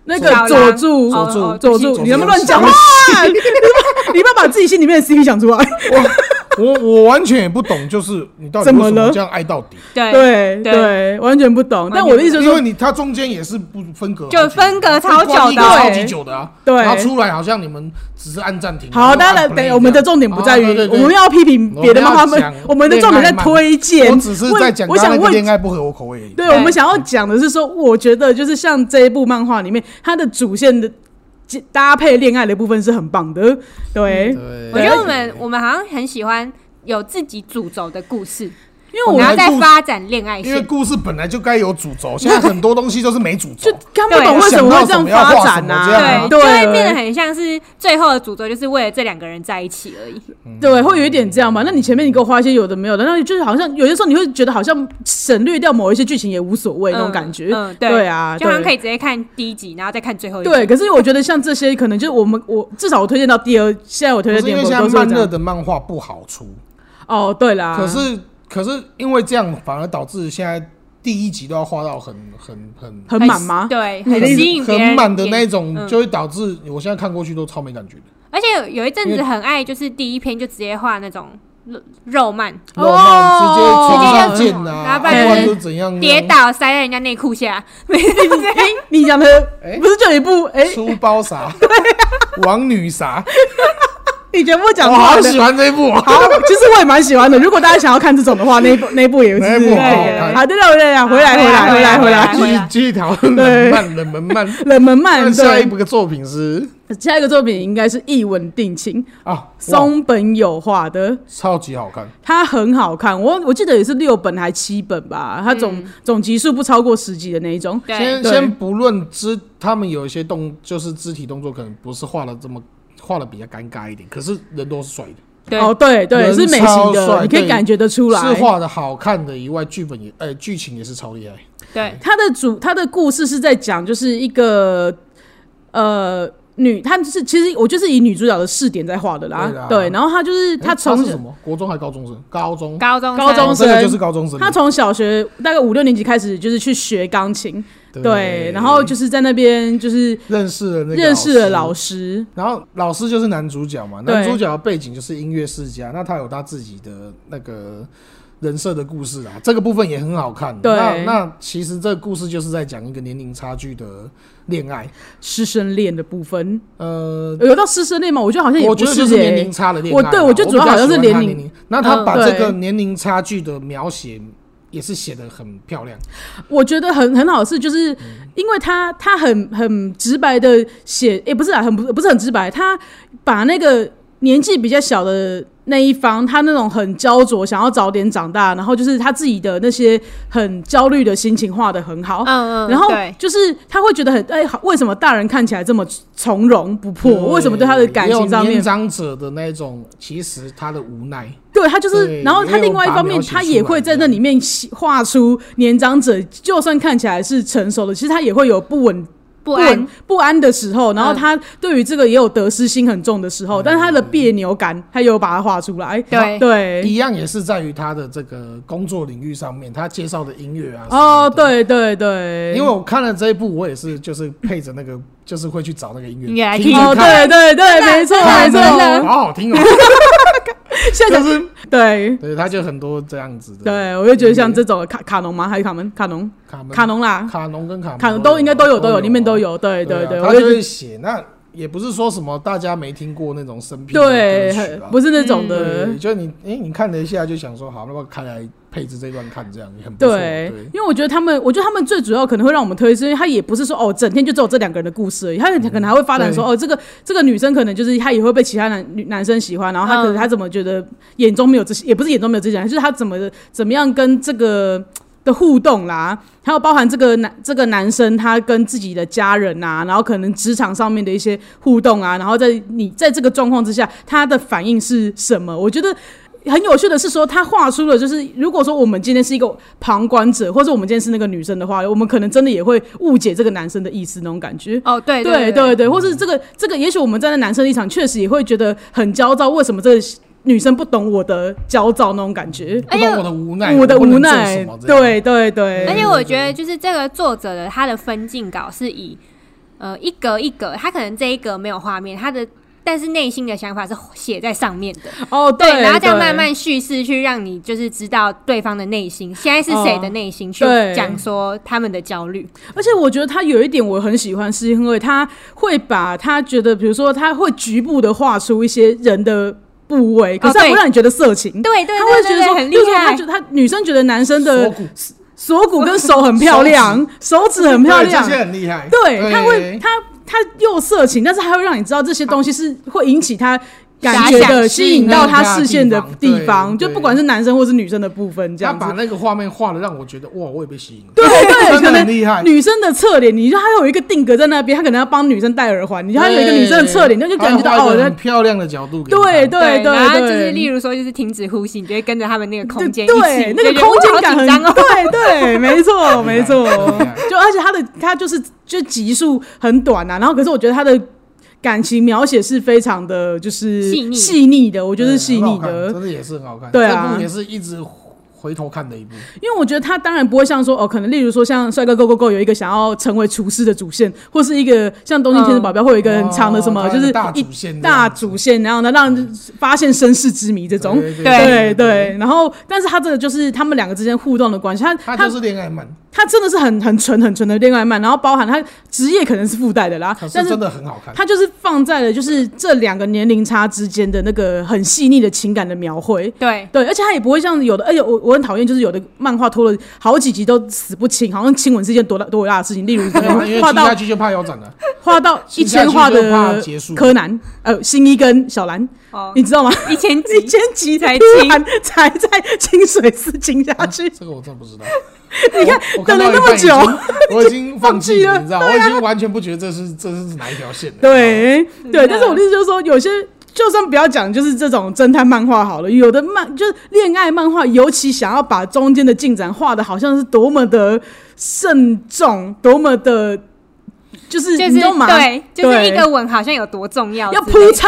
Speaker 1: 那个
Speaker 2: 小
Speaker 1: 佐
Speaker 2: 狼
Speaker 1: 助，
Speaker 2: 哦
Speaker 1: 佐
Speaker 2: 哦对不
Speaker 1: 助，
Speaker 2: 起
Speaker 1: 你能不能乱讲话？ 你不你不要把自己心里面的 CP 讲出来。
Speaker 3: 我我完全也不懂，就是你到底
Speaker 1: 怎么
Speaker 3: 为什么
Speaker 1: 了
Speaker 3: 这样爱到底？
Speaker 2: 对
Speaker 1: 对
Speaker 2: 对
Speaker 1: 对，完全不懂。但我的意思是
Speaker 3: 因为
Speaker 1: 说，
Speaker 3: 你他中间也是不分隔好久
Speaker 2: 就
Speaker 3: 的，
Speaker 2: 分隔超久的
Speaker 3: 关系超级久的啊。
Speaker 1: 对
Speaker 3: 然后出来好像你们只是按暂停。
Speaker 1: 好，
Speaker 3: 然
Speaker 1: 当
Speaker 3: 后按
Speaker 1: 然，
Speaker 3: play 这
Speaker 1: 等
Speaker 3: 样
Speaker 1: 我们的重点不在于
Speaker 3: 啊对对
Speaker 1: 我
Speaker 3: 对
Speaker 1: 们要批评别的漫画
Speaker 3: 我们要
Speaker 1: 们
Speaker 3: 讲，
Speaker 1: 我们的重点在推荐。
Speaker 3: 我只是在讲
Speaker 1: 我
Speaker 3: 他
Speaker 1: 想
Speaker 3: 那个
Speaker 1: 问
Speaker 3: 恋爱不合我口味而已。
Speaker 1: 对，
Speaker 2: 对
Speaker 1: 我们想要讲的是说，我觉得就是像这一部漫画里面，它的主线的搭配恋爱的部分是很棒的。对，
Speaker 2: 嗯
Speaker 3: 对，
Speaker 2: 我觉得我们我们好像很喜欢有自己主轴的故事，
Speaker 1: 因为我
Speaker 2: 然
Speaker 1: 们
Speaker 2: 后再发展恋爱
Speaker 3: 因为
Speaker 2: 线。
Speaker 3: 故事本来就该有主轴， 现在很多东西就是没主轴
Speaker 1: 就。看不懂为什么会这样发展
Speaker 3: 对啊
Speaker 1: 啊？
Speaker 2: 对，就会变得
Speaker 1: 对
Speaker 2: 很像是最后的主轴，就是为了这两个人在一起而已。
Speaker 1: 对，会有一点这样吧。那你前面你给我花一些有的没有的，那就是好像有些时候你会觉得好像省略掉某一些剧情也无所谓那种感觉。
Speaker 2: 嗯，嗯
Speaker 1: 对啊，
Speaker 2: 就好像
Speaker 1: 对
Speaker 2: 可以直接看第一集，然后再看最后一集。
Speaker 1: 对，可是我觉得像这些，可能就是我们我至少我推荐到第二，现在我推
Speaker 3: 可
Speaker 1: 荐
Speaker 3: 是
Speaker 1: 第
Speaker 3: 因
Speaker 1: 二
Speaker 3: 为
Speaker 1: 部都是
Speaker 3: 现在慢
Speaker 1: 这
Speaker 3: 热
Speaker 1: 样。
Speaker 3: 的漫画不好出，
Speaker 1: 哦，对啦，
Speaker 3: 可是可是因为这样反而导致现在第一集都要画到很很很
Speaker 1: 很
Speaker 2: 很
Speaker 1: 满吗？
Speaker 2: 对，
Speaker 1: 你的
Speaker 2: 很
Speaker 1: 意思
Speaker 2: 吸引别人
Speaker 3: 很满的那
Speaker 2: 眼
Speaker 3: 种，
Speaker 2: 嗯
Speaker 3: 就会导致我现在看过去都超没感觉的。
Speaker 2: 而且有有一阵
Speaker 3: 因
Speaker 2: 子
Speaker 3: 为
Speaker 2: 很爱，就是第一篇就直接画那种肉肉漫，
Speaker 3: 浪漫
Speaker 1: 哦
Speaker 3: 直接冲上剑
Speaker 2: 然
Speaker 3: 啊，
Speaker 2: 后不
Speaker 3: 不
Speaker 2: 然
Speaker 1: 就是
Speaker 3: 然就怎
Speaker 1: 嗯
Speaker 3: 样啊
Speaker 2: 跌倒塞在人家内 裤下，
Speaker 1: 你讲的
Speaker 3: 哎
Speaker 1: 不是就有一部？哎，
Speaker 3: 书包啥，王女啥，
Speaker 1: 你全部啊讲
Speaker 3: 我
Speaker 1: 出来
Speaker 3: 哦好
Speaker 1: 的
Speaker 3: 喜欢这一部啊。
Speaker 1: 好，其实我也蛮喜欢的。如果大家想要看这种的话，那一部那一部也是。
Speaker 3: 那一部好好
Speaker 1: 对
Speaker 3: 看
Speaker 1: 好，对了，对了，回来，回来，回来，回来。
Speaker 3: 继续继续讨论
Speaker 1: 对
Speaker 3: 冷漫冷 门漫。
Speaker 1: 冷门
Speaker 3: 那
Speaker 1: 漫，
Speaker 3: 下一
Speaker 1: 对，
Speaker 3: 部的作品是
Speaker 1: 下一个作品应该是《一吻定情》，
Speaker 3: 啊，哇
Speaker 1: 松本有画的，
Speaker 3: 超级好看，
Speaker 1: 它很好看。我我记得也是六本还七本吧，它总、总集数不超过十集的那一种。
Speaker 2: 对
Speaker 3: 先
Speaker 1: 对
Speaker 3: 先不论肢，他们有一些动就是肢体动作可能不是画的这么画的比较尴尬一点，可是人都是帅的，
Speaker 2: 对
Speaker 1: 哦，对对，
Speaker 3: 人
Speaker 1: 是美型
Speaker 3: 超
Speaker 1: 的，
Speaker 3: 帅
Speaker 1: 你可以
Speaker 3: 对
Speaker 1: 感觉得出来。
Speaker 3: 是画的好看的以外，剧本也呃剧情也是超厉害。
Speaker 2: 对
Speaker 1: 他的主他的故事是在讲，就是一个呃女，她就是其实我就是以女主角的视点在画的啦，
Speaker 3: 对啦
Speaker 1: 然后她就是她
Speaker 3: 诶
Speaker 1: 从
Speaker 3: 哎是什么？国中还高中生？高中
Speaker 2: 高中
Speaker 1: 高中
Speaker 3: 哦
Speaker 1: 生
Speaker 3: 这个就是高中生。
Speaker 1: 她从小学大概五六年级开始，就是去学钢琴，对，然后就是在那边就是
Speaker 3: 认识了那个
Speaker 1: 认识了老
Speaker 3: 师，
Speaker 1: 师，
Speaker 3: 然后老师就是男主角嘛，
Speaker 1: 对
Speaker 3: 男主角的背景就是音乐世家，那他有他自己的那个人设的故事啊，这个部分也很好看。啊
Speaker 1: 对
Speaker 3: 那那其实这个故事就是在讲一个年龄差距的恋爱，
Speaker 1: 师生恋的部分，
Speaker 3: 呃，
Speaker 1: 有到师生恋吗？我觉得好像也
Speaker 3: 我
Speaker 1: 不
Speaker 3: 觉得就是
Speaker 1: 耶
Speaker 3: 年龄差的恋爱啦。
Speaker 1: 我对
Speaker 3: 我
Speaker 1: 我觉得主要
Speaker 3: 比较
Speaker 1: 好像是
Speaker 3: 喜欢他
Speaker 1: 年龄
Speaker 3: 年龄。那他
Speaker 2: 嗯
Speaker 3: 把
Speaker 1: 对
Speaker 3: 这个年龄差距的描写也是写的很漂亮。
Speaker 1: 我觉得很很好的是，就是
Speaker 3: 嗯
Speaker 1: 因为他他很很直白的写，也、不是啊，很不不是很直白，他把那个年纪比较小的那一方，他那种很焦灼，想要早点长大，然后就是他自己的那些很焦虑的心情画的很好。
Speaker 2: 嗯嗯，
Speaker 1: 然后
Speaker 2: 对
Speaker 1: 就是他会觉得很哎，好为什么大人看起来这么从容不迫？为什么对他的感
Speaker 3: 也有
Speaker 1: 情上面
Speaker 3: 年长者的那种，其实他的无奈，
Speaker 1: 对他就是，
Speaker 3: 对
Speaker 1: 然后他
Speaker 3: 也有
Speaker 1: 另外一
Speaker 3: 把
Speaker 1: 方面，
Speaker 3: 描写
Speaker 1: 他
Speaker 3: 出
Speaker 1: 也
Speaker 3: 来
Speaker 1: 会在
Speaker 3: 这
Speaker 1: 那
Speaker 3: 样
Speaker 1: 里面写画出年长者，就算看起来是成熟的，其实他也会有不稳
Speaker 2: 不安
Speaker 1: 稳。不安的时候，然后
Speaker 2: 嗯
Speaker 1: 他对于这个也有得失心很重的时候，但是他的别扭感，他有把它画出来。哎
Speaker 2: 对
Speaker 1: 对，
Speaker 3: 一样也是在于他的这个工作领域上面，他介绍的音乐啊。
Speaker 1: 哦，。对对对，
Speaker 3: 因为我看了这一部，我也是就是配着那个，就是会去找那个音乐
Speaker 2: 音乐来
Speaker 3: 听
Speaker 2: 听
Speaker 1: 哦，
Speaker 3: 听
Speaker 1: 对
Speaker 3: 看。
Speaker 1: 对对，没 错没
Speaker 2: 真
Speaker 1: 错
Speaker 2: 的，真
Speaker 3: 好好听哦。
Speaker 1: 现在
Speaker 3: 就
Speaker 1: 就是对
Speaker 3: 对，他就很多这样子的。
Speaker 1: 对，我就觉得像这种卡卡农吗？还是卡门卡农
Speaker 3: 卡门
Speaker 1: 卡农啦，
Speaker 3: 卡农跟卡门
Speaker 1: 卡农都应该都有都有，里面都
Speaker 3: 有啊。
Speaker 1: 有。对对
Speaker 3: 对
Speaker 1: 对，
Speaker 3: 啊
Speaker 1: 我
Speaker 3: 他
Speaker 1: 就
Speaker 3: 就
Speaker 1: 觉得
Speaker 3: 会写那。也不是说什么大家没听过那种生僻的歌
Speaker 1: 对，
Speaker 3: 曲
Speaker 1: 很
Speaker 3: 啊，
Speaker 1: 不是呃那种
Speaker 2: 嗯
Speaker 1: 的
Speaker 3: 对，。就你哎、你看了一下就想说，好，那么开来配置这段看，这样也很不错。
Speaker 1: 对
Speaker 3: 对，，
Speaker 1: 因为我觉得他们，我觉得他们最主要可能会让我们推，是因为他也不是说哦，整天就只有这两个人的故事而已，他
Speaker 3: 嗯
Speaker 1: 可能还会发展说、哦，这个这个女生可能就是她也会被其他男女男生喜欢，然后她可能
Speaker 2: 嗯
Speaker 1: 她怎么觉得眼中没有这些，也不是眼中没有这些人，就是她怎么怎么样跟这个。的互动啦，还有包含这个男这个男生他跟自己的家人啊，然后可能职场上面的一些互动啊，然后在你在这个状况之下，他的反应是什么？我觉得很有趣的是说，他画出了就是，如果说我们今天是一个旁观者，或者我们今天是那个女生的话，我们可能真的也会误解这个男生的意思那种感觉。
Speaker 2: 哦，
Speaker 3: 哎
Speaker 2: 对
Speaker 1: 对
Speaker 2: 对
Speaker 1: 对对，或是这个这个，也许我们站在男生立场，确实也会觉得很焦躁，为什么这个女生不懂我的焦躁那种感觉？
Speaker 3: 不懂我的无奈，
Speaker 1: 哎我的
Speaker 3: 不
Speaker 1: 无
Speaker 3: 能做
Speaker 1: 奈
Speaker 3: 什么，这样，
Speaker 1: 对对对，
Speaker 2: 而且我觉得，就是这个作者的他的分镜稿是以呃一格一格，他可能这一格没有画面，他的但是内心的想法是写在上面的，
Speaker 1: 哦对，
Speaker 2: 然后再
Speaker 1: 对
Speaker 2: 慢慢叙事去让你就是知道对方的内心，现在是谁的内心，去
Speaker 1: 哦对
Speaker 2: 讲说他们的焦虑，
Speaker 1: 而且我觉得他有一点我很喜欢，是因为他会把他觉得，比如说他会局部的画出一些人的部位，可是他
Speaker 2: 哦对
Speaker 1: 不让你觉得色情。
Speaker 2: 对对
Speaker 1: 他会
Speaker 2: 对
Speaker 1: 觉
Speaker 2: 对
Speaker 1: 得
Speaker 2: 对，
Speaker 1: 说，
Speaker 2: 很厉
Speaker 1: 就是说他
Speaker 2: 害
Speaker 1: 觉，得他女生觉得男生的
Speaker 3: 锁骨
Speaker 1: 锁骨跟手很漂亮，手指很漂
Speaker 3: 对
Speaker 1: 亮
Speaker 3: 这，些很厉害。
Speaker 1: 对，他会他他又色情，但是他会让你知道这些东西是会引起他感
Speaker 2: 遐
Speaker 1: 觉
Speaker 2: 想
Speaker 1: 的
Speaker 3: 吸
Speaker 1: 吸引
Speaker 3: 引
Speaker 1: 到
Speaker 3: 到
Speaker 1: 他
Speaker 3: 他
Speaker 1: 视
Speaker 3: 的
Speaker 1: 线
Speaker 3: 地
Speaker 1: 的
Speaker 3: 方
Speaker 1: 地
Speaker 3: 对
Speaker 1: 方，就
Speaker 3: 对
Speaker 1: 不管是男生或是女生的部分，这
Speaker 3: 他
Speaker 1: 样子
Speaker 3: 把。那个画面画的让我觉得哇，我也被吸引了。
Speaker 1: 对对，
Speaker 3: 真
Speaker 1: 可
Speaker 3: 的
Speaker 1: 能
Speaker 3: 很厉害。
Speaker 1: 女生的侧脸，你就她有一个定格在那边，她可能要帮女生戴耳环，你就她有一个女生的侧脸，那
Speaker 3: 对
Speaker 1: 就感觉
Speaker 3: 他
Speaker 1: 到
Speaker 3: 画
Speaker 1: 哦，
Speaker 3: 一个
Speaker 1: 那
Speaker 3: 很漂亮的角度给你看。
Speaker 1: 对对对
Speaker 2: 然后就是
Speaker 1: 对，
Speaker 2: 例如说就是停止呼吸，你就会跟着他们那个空间
Speaker 1: 对
Speaker 2: 一
Speaker 1: 对，，
Speaker 2: 起
Speaker 1: 那个空间感很
Speaker 2: 张哦，
Speaker 1: 对对，没错没错
Speaker 3: 很厉害，
Speaker 1: 就而且她的她就是就集数很短啊，然后可是我觉得她的。感情描写是非常的，就是
Speaker 2: 细腻
Speaker 1: 细腻的，我
Speaker 3: 我
Speaker 1: 觉得是细腻的，
Speaker 3: 真的也是很好看。
Speaker 1: 对啊
Speaker 3: 这部也是一直回头看的一部。
Speaker 1: 因为我觉得他当然不会像说哦，可能例如说像《帅哥 Go Go Go》有一个想要成为厨师的主线，或是一个像《东京天使保镖》会有一个很长的什么，
Speaker 3: 哦
Speaker 1: 就是
Speaker 3: 大
Speaker 1: 一
Speaker 3: 主线这样
Speaker 1: 大
Speaker 3: 子
Speaker 1: 主线，然后呢让人发现身世之谜这种。
Speaker 3: 对
Speaker 1: 对对，然后但是他这个就是他们两个之间互动的关系，他
Speaker 3: 他
Speaker 1: 他
Speaker 3: 就是恋爱漫，
Speaker 1: 他真的是很很纯很纯的恋爱漫，然后包含他职业可能是附带的啦
Speaker 3: 可，是
Speaker 1: 但是
Speaker 3: 真的很好看。
Speaker 1: 他就是放在了就是这两个年龄差之间的那个很细腻的情感的描绘。
Speaker 2: 对，
Speaker 1: 对，而且他也不会像有的，而且我我很讨厌，就是有的漫画拖了好几集都死不清，好像亲吻是一件多大多伟大的事情。例如可
Speaker 3: 对啊
Speaker 1: 能
Speaker 3: 因为
Speaker 1: 画
Speaker 3: 接下
Speaker 1: 到
Speaker 3: 去就怕腰斩了，
Speaker 1: 画到一
Speaker 3: 亲下
Speaker 1: 千
Speaker 3: 去
Speaker 1: 画
Speaker 3: 就怕
Speaker 1: 的
Speaker 3: 结束
Speaker 1: 柯南，呃，新一跟小兰，
Speaker 2: 哦，
Speaker 1: 你知 道吗？
Speaker 2: 一千集
Speaker 1: 一千集
Speaker 2: 才啊
Speaker 1: 突
Speaker 2: 亲
Speaker 1: 然才在清水寺亲下去，
Speaker 3: 啊这个我真的不知道。
Speaker 1: 你看
Speaker 3: 我
Speaker 1: 等
Speaker 3: 看
Speaker 1: 了
Speaker 3: 到
Speaker 1: 那么
Speaker 3: 一半已经
Speaker 1: 久，
Speaker 3: 我 已经放
Speaker 1: 放弃
Speaker 3: 弃
Speaker 1: 了啊
Speaker 3: 了，你知道，我已经完全不觉得这是这是哪一条线了。
Speaker 1: 对对，
Speaker 2: 哦的
Speaker 1: 但是我的意思就是说，有些就算不要讲，就是这种侦探漫画好了，有的漫就是恋爱漫画，尤其想要把中间的进展画的好像是多么的慎重，多么的，就是、
Speaker 2: 就
Speaker 1: 你
Speaker 2: 是
Speaker 1: 知道吗？
Speaker 2: 对，就是
Speaker 1: 对
Speaker 2: 一个吻好像有多重要之类
Speaker 1: 要
Speaker 2: 的，
Speaker 1: 铺超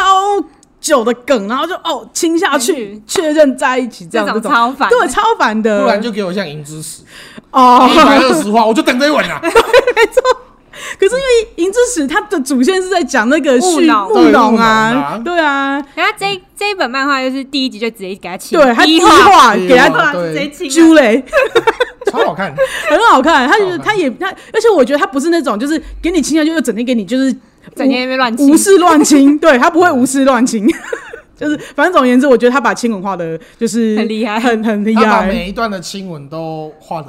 Speaker 1: 久的梗，然后就哦亲下去，确认在一起这
Speaker 2: 嗯这
Speaker 1: 样
Speaker 2: 种
Speaker 1: 这种。
Speaker 2: 超烦，
Speaker 1: 对，超烦的，
Speaker 3: 不然就给我像银之匙
Speaker 1: 哦，
Speaker 3: 一百二十话，我就等这一吻啊。
Speaker 1: 可是因为银之匙它的主线是在讲那个
Speaker 2: 务
Speaker 1: 畜
Speaker 2: 农
Speaker 1: 务农
Speaker 3: 对务农
Speaker 1: 啊
Speaker 3: 啊，
Speaker 1: 对啊，
Speaker 2: 然后这这一本漫画就是第一集就直接给他清，
Speaker 1: 对他第
Speaker 2: 第
Speaker 1: 一
Speaker 2: 一话
Speaker 1: 话给
Speaker 3: 第一
Speaker 1: 他
Speaker 3: 话
Speaker 2: 直接
Speaker 3: 对
Speaker 2: 清
Speaker 1: 揪
Speaker 2: 了，
Speaker 1: 嘞，
Speaker 3: 超 好看，
Speaker 1: 很好看。他就是
Speaker 3: 超好看
Speaker 1: 他也他，而且我觉得他不是那种就是给你亲下去就整天给你就是
Speaker 2: 整天在那边乱嗯
Speaker 1: 无
Speaker 2: 清
Speaker 1: 无。事乱亲， 对他不会无事乱亲。就是，反正总而言之，我觉得他把轻文化的，就是
Speaker 2: 很厉害
Speaker 1: 很很厉
Speaker 3: 他把
Speaker 1: 害，
Speaker 3: 每一段的亲吻都画的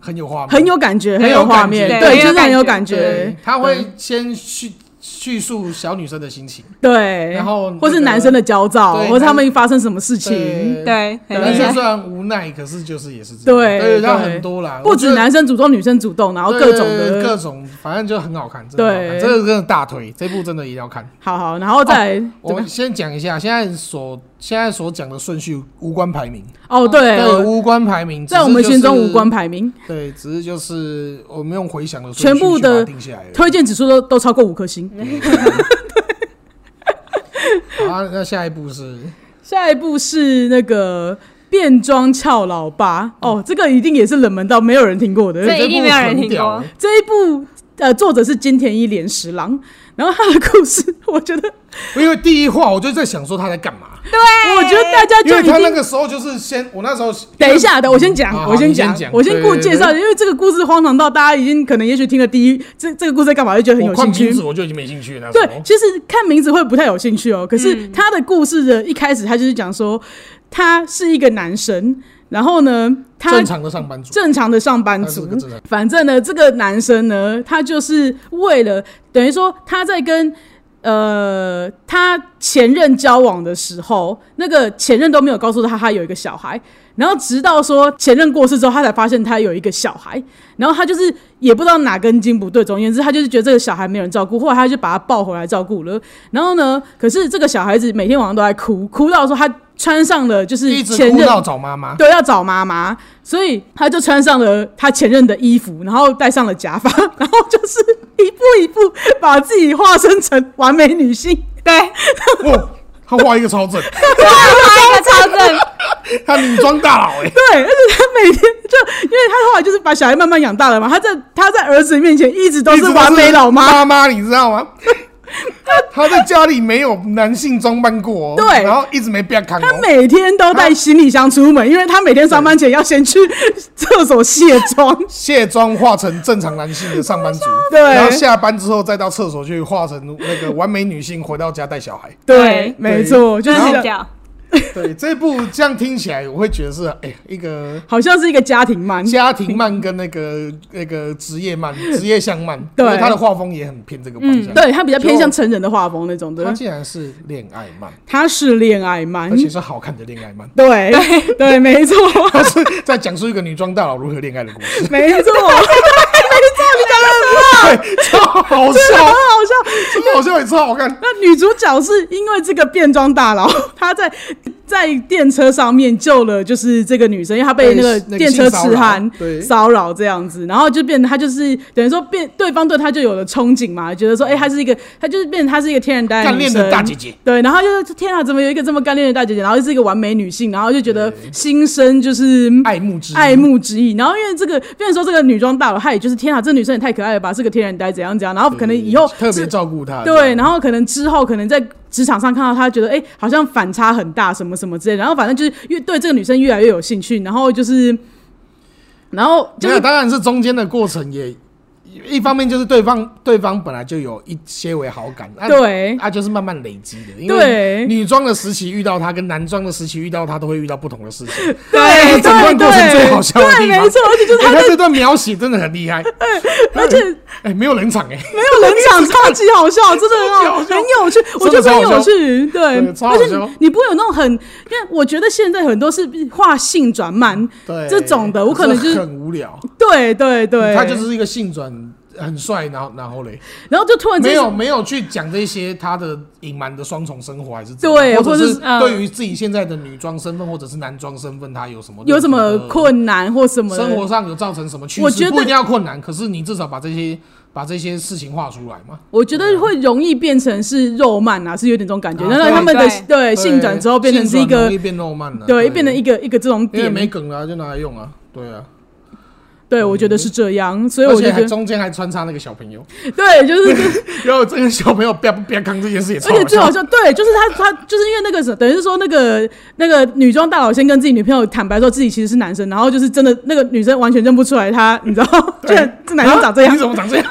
Speaker 3: 很有画面，
Speaker 1: 很有感觉，
Speaker 3: 很有
Speaker 1: 有画
Speaker 3: 感觉
Speaker 1: 面，
Speaker 2: 对
Speaker 1: 对，就是
Speaker 2: 很
Speaker 1: 很
Speaker 2: 有
Speaker 1: 有
Speaker 2: 感
Speaker 1: 感
Speaker 3: 对
Speaker 1: 觉，，
Speaker 3: 他会先叙叙述小女生的心情，
Speaker 1: 对，
Speaker 3: 然后那个
Speaker 1: 或是男生的焦躁，
Speaker 3: 对
Speaker 1: 或是他们发生什么事情，
Speaker 2: 对，很
Speaker 3: 男
Speaker 2: 厉
Speaker 3: 生
Speaker 2: 害。
Speaker 3: 虽然无奈，可是就是也是这
Speaker 1: 对
Speaker 3: 样，对，然后
Speaker 1: 对
Speaker 3: 很多啦，
Speaker 1: 不
Speaker 3: 我觉
Speaker 1: 止
Speaker 3: 得
Speaker 1: 男生主动，女生主动，然后
Speaker 3: 对
Speaker 1: 各种
Speaker 3: 对对
Speaker 1: 的，
Speaker 3: 各种，反正就很好看，真的很好
Speaker 1: 对
Speaker 3: 看，这个真的大推，这部真的一定要看。
Speaker 1: 好好，然后再来怎
Speaker 3: 哦我
Speaker 1: 么？
Speaker 3: 先讲一下，现在所现在所讲的顺序无关排名，
Speaker 1: 哦，对，
Speaker 3: 对，无关排名，
Speaker 1: 在我们
Speaker 3: 只是
Speaker 1: 心
Speaker 3: 就是
Speaker 1: 中无关，排名，
Speaker 3: 对，只是就是我们用回想的
Speaker 1: 全部的
Speaker 3: 顺序去把它定下来了。
Speaker 1: 推荐指数都都超过五颗星。
Speaker 3: 好啊，那下一步 是
Speaker 1: 下一步是那个变装俏老爸，哦，这个一定也是冷门到没有人听过的。
Speaker 2: 这一定没有人听过
Speaker 3: 这部很屌欸
Speaker 1: 这一部呃，作者是金田一连十郎，然后他的故事，我觉得，
Speaker 3: 因为第一话我就在想说他在干嘛，
Speaker 1: 我觉得大家
Speaker 3: 哎因
Speaker 1: 就
Speaker 3: 为
Speaker 1: 已经
Speaker 3: 他那个时候就是先，我那时候
Speaker 1: 等一下的，我先
Speaker 3: 好
Speaker 1: 讲，
Speaker 3: 好
Speaker 1: 我
Speaker 3: 你先
Speaker 1: 讲
Speaker 3: 讲，
Speaker 1: 我先
Speaker 3: 对
Speaker 1: 过
Speaker 3: 对
Speaker 1: 介
Speaker 3: 对
Speaker 1: 绍，因为这个故事荒唐到大家已经可能也许听了第一这这个故事在干嘛，就觉得很
Speaker 3: 我
Speaker 1: 有
Speaker 3: 看
Speaker 1: 兴
Speaker 3: 名字
Speaker 1: 趣。
Speaker 3: 我就已经没兴趣了。那时
Speaker 1: 对
Speaker 3: 候，
Speaker 1: 其实看名字会不太有兴趣哦。可是他的故事的一开始，他就是讲说他是一个男生，然后呢，他
Speaker 3: 正常的上班族，
Speaker 1: 正常的上班
Speaker 3: 他是
Speaker 1: 族
Speaker 3: 个，正常
Speaker 1: 反正呢，这个男生呢，他就是为了等于说他在跟呃他前任交往的时候，那个前任都没有告诉他他有一个小孩，然后直到说前任过世之后，他才发现他有一个小孩，然后他就是也不知道哪根筋不对，总而言之，他就是觉得这个小孩没有人照顾，后来他就把他抱回来照顾了。然后呢，可是这个小孩子每天晚上都在哭，哭到说他穿上了就
Speaker 3: 一
Speaker 1: 是
Speaker 3: 直
Speaker 1: 前
Speaker 3: 哭
Speaker 1: 任
Speaker 3: 闹找妈妈，
Speaker 1: 对，要找妈妈，所以他就穿上了他前任的衣服，然后戴上了假发，然后就是一步一步把自己化身成完美女性。
Speaker 2: 对，
Speaker 3: 哇，他哦画一个超正，
Speaker 2: 画一个超正，
Speaker 3: 他女装大佬哎、
Speaker 1: 对，而且他每天就，因为他后来就是把小孩慢慢养大了嘛，他在他在儿子面前一直 都
Speaker 3: 一直
Speaker 1: 是完美老妈。
Speaker 3: 妈妈，你知道吗？他在家里没有男性装扮过、哦，
Speaker 1: 对
Speaker 3: 然后一直没被看、哦。
Speaker 1: 他每天都带行李箱出门，因为他每天上班前要先去厕所卸妆。
Speaker 3: 卸妆化成正常男性的上班族，
Speaker 1: 对
Speaker 3: 然后下班之后再到厕所去化成那个完美女性，回到家带小孩。
Speaker 1: 对，没错，就
Speaker 2: 真
Speaker 1: 是
Speaker 2: 的
Speaker 1: 一
Speaker 2: 很
Speaker 1: 个
Speaker 2: 屌。
Speaker 3: 对，这部这样听起来，我会觉得是哎、一个
Speaker 1: 好像是一个家庭漫。
Speaker 3: 家庭漫跟那个那个职业漫、职业向漫，
Speaker 1: 对嗯
Speaker 3: 因为他的画风也很偏这个方向。
Speaker 1: 对他比较偏向成人的画风那种
Speaker 3: 他
Speaker 1: 的，
Speaker 3: 竟然是恋爱漫，
Speaker 1: 他是恋爱漫，
Speaker 3: 而，且是好看的恋爱漫
Speaker 1: 对对，没 错，
Speaker 3: 他是在讲述一个女装大佬如何恋爱的 故事，
Speaker 1: 没错，对没 错，你讲的很好，
Speaker 3: 对，超好
Speaker 1: 真的很
Speaker 3: 笑，
Speaker 1: 好笑。
Speaker 3: 真的好笑也超好看。
Speaker 1: 那女主角是因为这个变装大佬，她在在电车上面救了，就是这个女生，因为她被那个
Speaker 3: 对那个
Speaker 1: 电车
Speaker 3: 性骚
Speaker 1: 痴
Speaker 3: 扰
Speaker 1: 汉
Speaker 3: 对
Speaker 1: 骚扰这样子，然后就变得她就是等于说变对方对她就有了憧憬嘛，觉得说哎、她是一个，她就是变成她是一个天然呆
Speaker 3: 干
Speaker 1: 女
Speaker 3: 练
Speaker 1: 生
Speaker 3: 的大姐姐，
Speaker 1: 对，然后就是天啊，怎么有一个这么干练的大姐姐，然后又是一个完美女性，然后就觉得心生就是嗯
Speaker 3: 爱慕之
Speaker 1: 爱慕之意。然后因为这个，变成说这个女装大佬，她也就是天啊，这女生也太可爱了吧，是个天然呆，怎样怎啊样。然后可能以后
Speaker 3: 嗯特别
Speaker 1: 之
Speaker 3: 照顾他，
Speaker 1: 对，然后可能之后可能在职场上看到她，觉得哎、好像反差很大，什么什么之类的。然后反正就是越对这个女生越来越有兴趣，然后就是，然后就
Speaker 3: 没有
Speaker 1: 是
Speaker 3: 当然是中间的过程也。一方面就是对方对方本来就有一些为好感，啊
Speaker 1: 对
Speaker 3: 啊，就是慢慢累积的。因为
Speaker 1: 对
Speaker 3: 女装的时期遇到他，跟男装的时期遇到他，都会遇到不同的事情。
Speaker 1: 对
Speaker 3: 整段
Speaker 1: 对
Speaker 3: 过程最好
Speaker 1: 对，
Speaker 3: 笑的
Speaker 1: 对，
Speaker 3: 地方
Speaker 1: 没错，而且 就是
Speaker 3: 欸
Speaker 1: 她
Speaker 3: 他
Speaker 1: 在，
Speaker 3: 这段描写真的很 厉害，
Speaker 1: 而且。
Speaker 3: 哎、没有冷场哎、
Speaker 1: 没有 冷场，超级好笑，真的很好，
Speaker 3: 超级好笑
Speaker 1: 很有趣，我觉得很有趣，对
Speaker 3: 对，超好
Speaker 1: 而且
Speaker 3: 笑
Speaker 1: 你你不会有那种很，因为我觉得现在很多是画性转慢，
Speaker 3: 对，
Speaker 1: 这种的我可能就是
Speaker 3: 很无聊。
Speaker 1: 对对对，
Speaker 3: 他就，是一个性转很帅，然后然后嘞，
Speaker 1: 然后就突然之
Speaker 3: 没
Speaker 1: 间
Speaker 3: 有没有去讲这些他的隐瞒的双重生活，还是怎样
Speaker 1: 对
Speaker 3: 或
Speaker 1: 或者
Speaker 3: 是
Speaker 1: 是嗯
Speaker 3: 对于自己现在的女装身份或者是男装身份，他有什么
Speaker 1: 有什么
Speaker 3: 任
Speaker 1: 困难或什
Speaker 3: 何
Speaker 1: 么
Speaker 3: 的
Speaker 1: 的
Speaker 3: 生活上有造成什么趋势？
Speaker 1: 我觉得
Speaker 3: 不一定要困难，可是你至少把这些把这些事情画出来嘛。
Speaker 1: 我觉得会容易变成是肉漫啊，是有点这种感觉，
Speaker 3: 啊
Speaker 1: 然后他们的
Speaker 2: 对
Speaker 1: 对性转之后变成是一
Speaker 3: 性转
Speaker 1: 个
Speaker 3: 容易变浪漫了，啊
Speaker 1: 对变成一个一个这种
Speaker 3: 因为
Speaker 1: 点，
Speaker 3: 啊没梗了就拿来用啊，对啊。
Speaker 1: 对，我觉得是这样，所以
Speaker 3: 而
Speaker 1: 我
Speaker 3: 且
Speaker 1: 就
Speaker 3: 还
Speaker 1: 觉得，
Speaker 3: 中间还穿插那个小朋友，
Speaker 1: 对，就是
Speaker 3: 然后这个小朋友不要不要扛这件事也 超
Speaker 1: 而且最好
Speaker 3: 笑。
Speaker 1: 笑，对，就是他，他就是因为那个什，等于是说那个那个女装大佬先跟自己女朋友坦白说自己其实是男生，然后就是真的那个女生完全认不出来他，你知 道，居然这男生长这
Speaker 3: 啊
Speaker 1: 样
Speaker 3: 你，怎么长这样？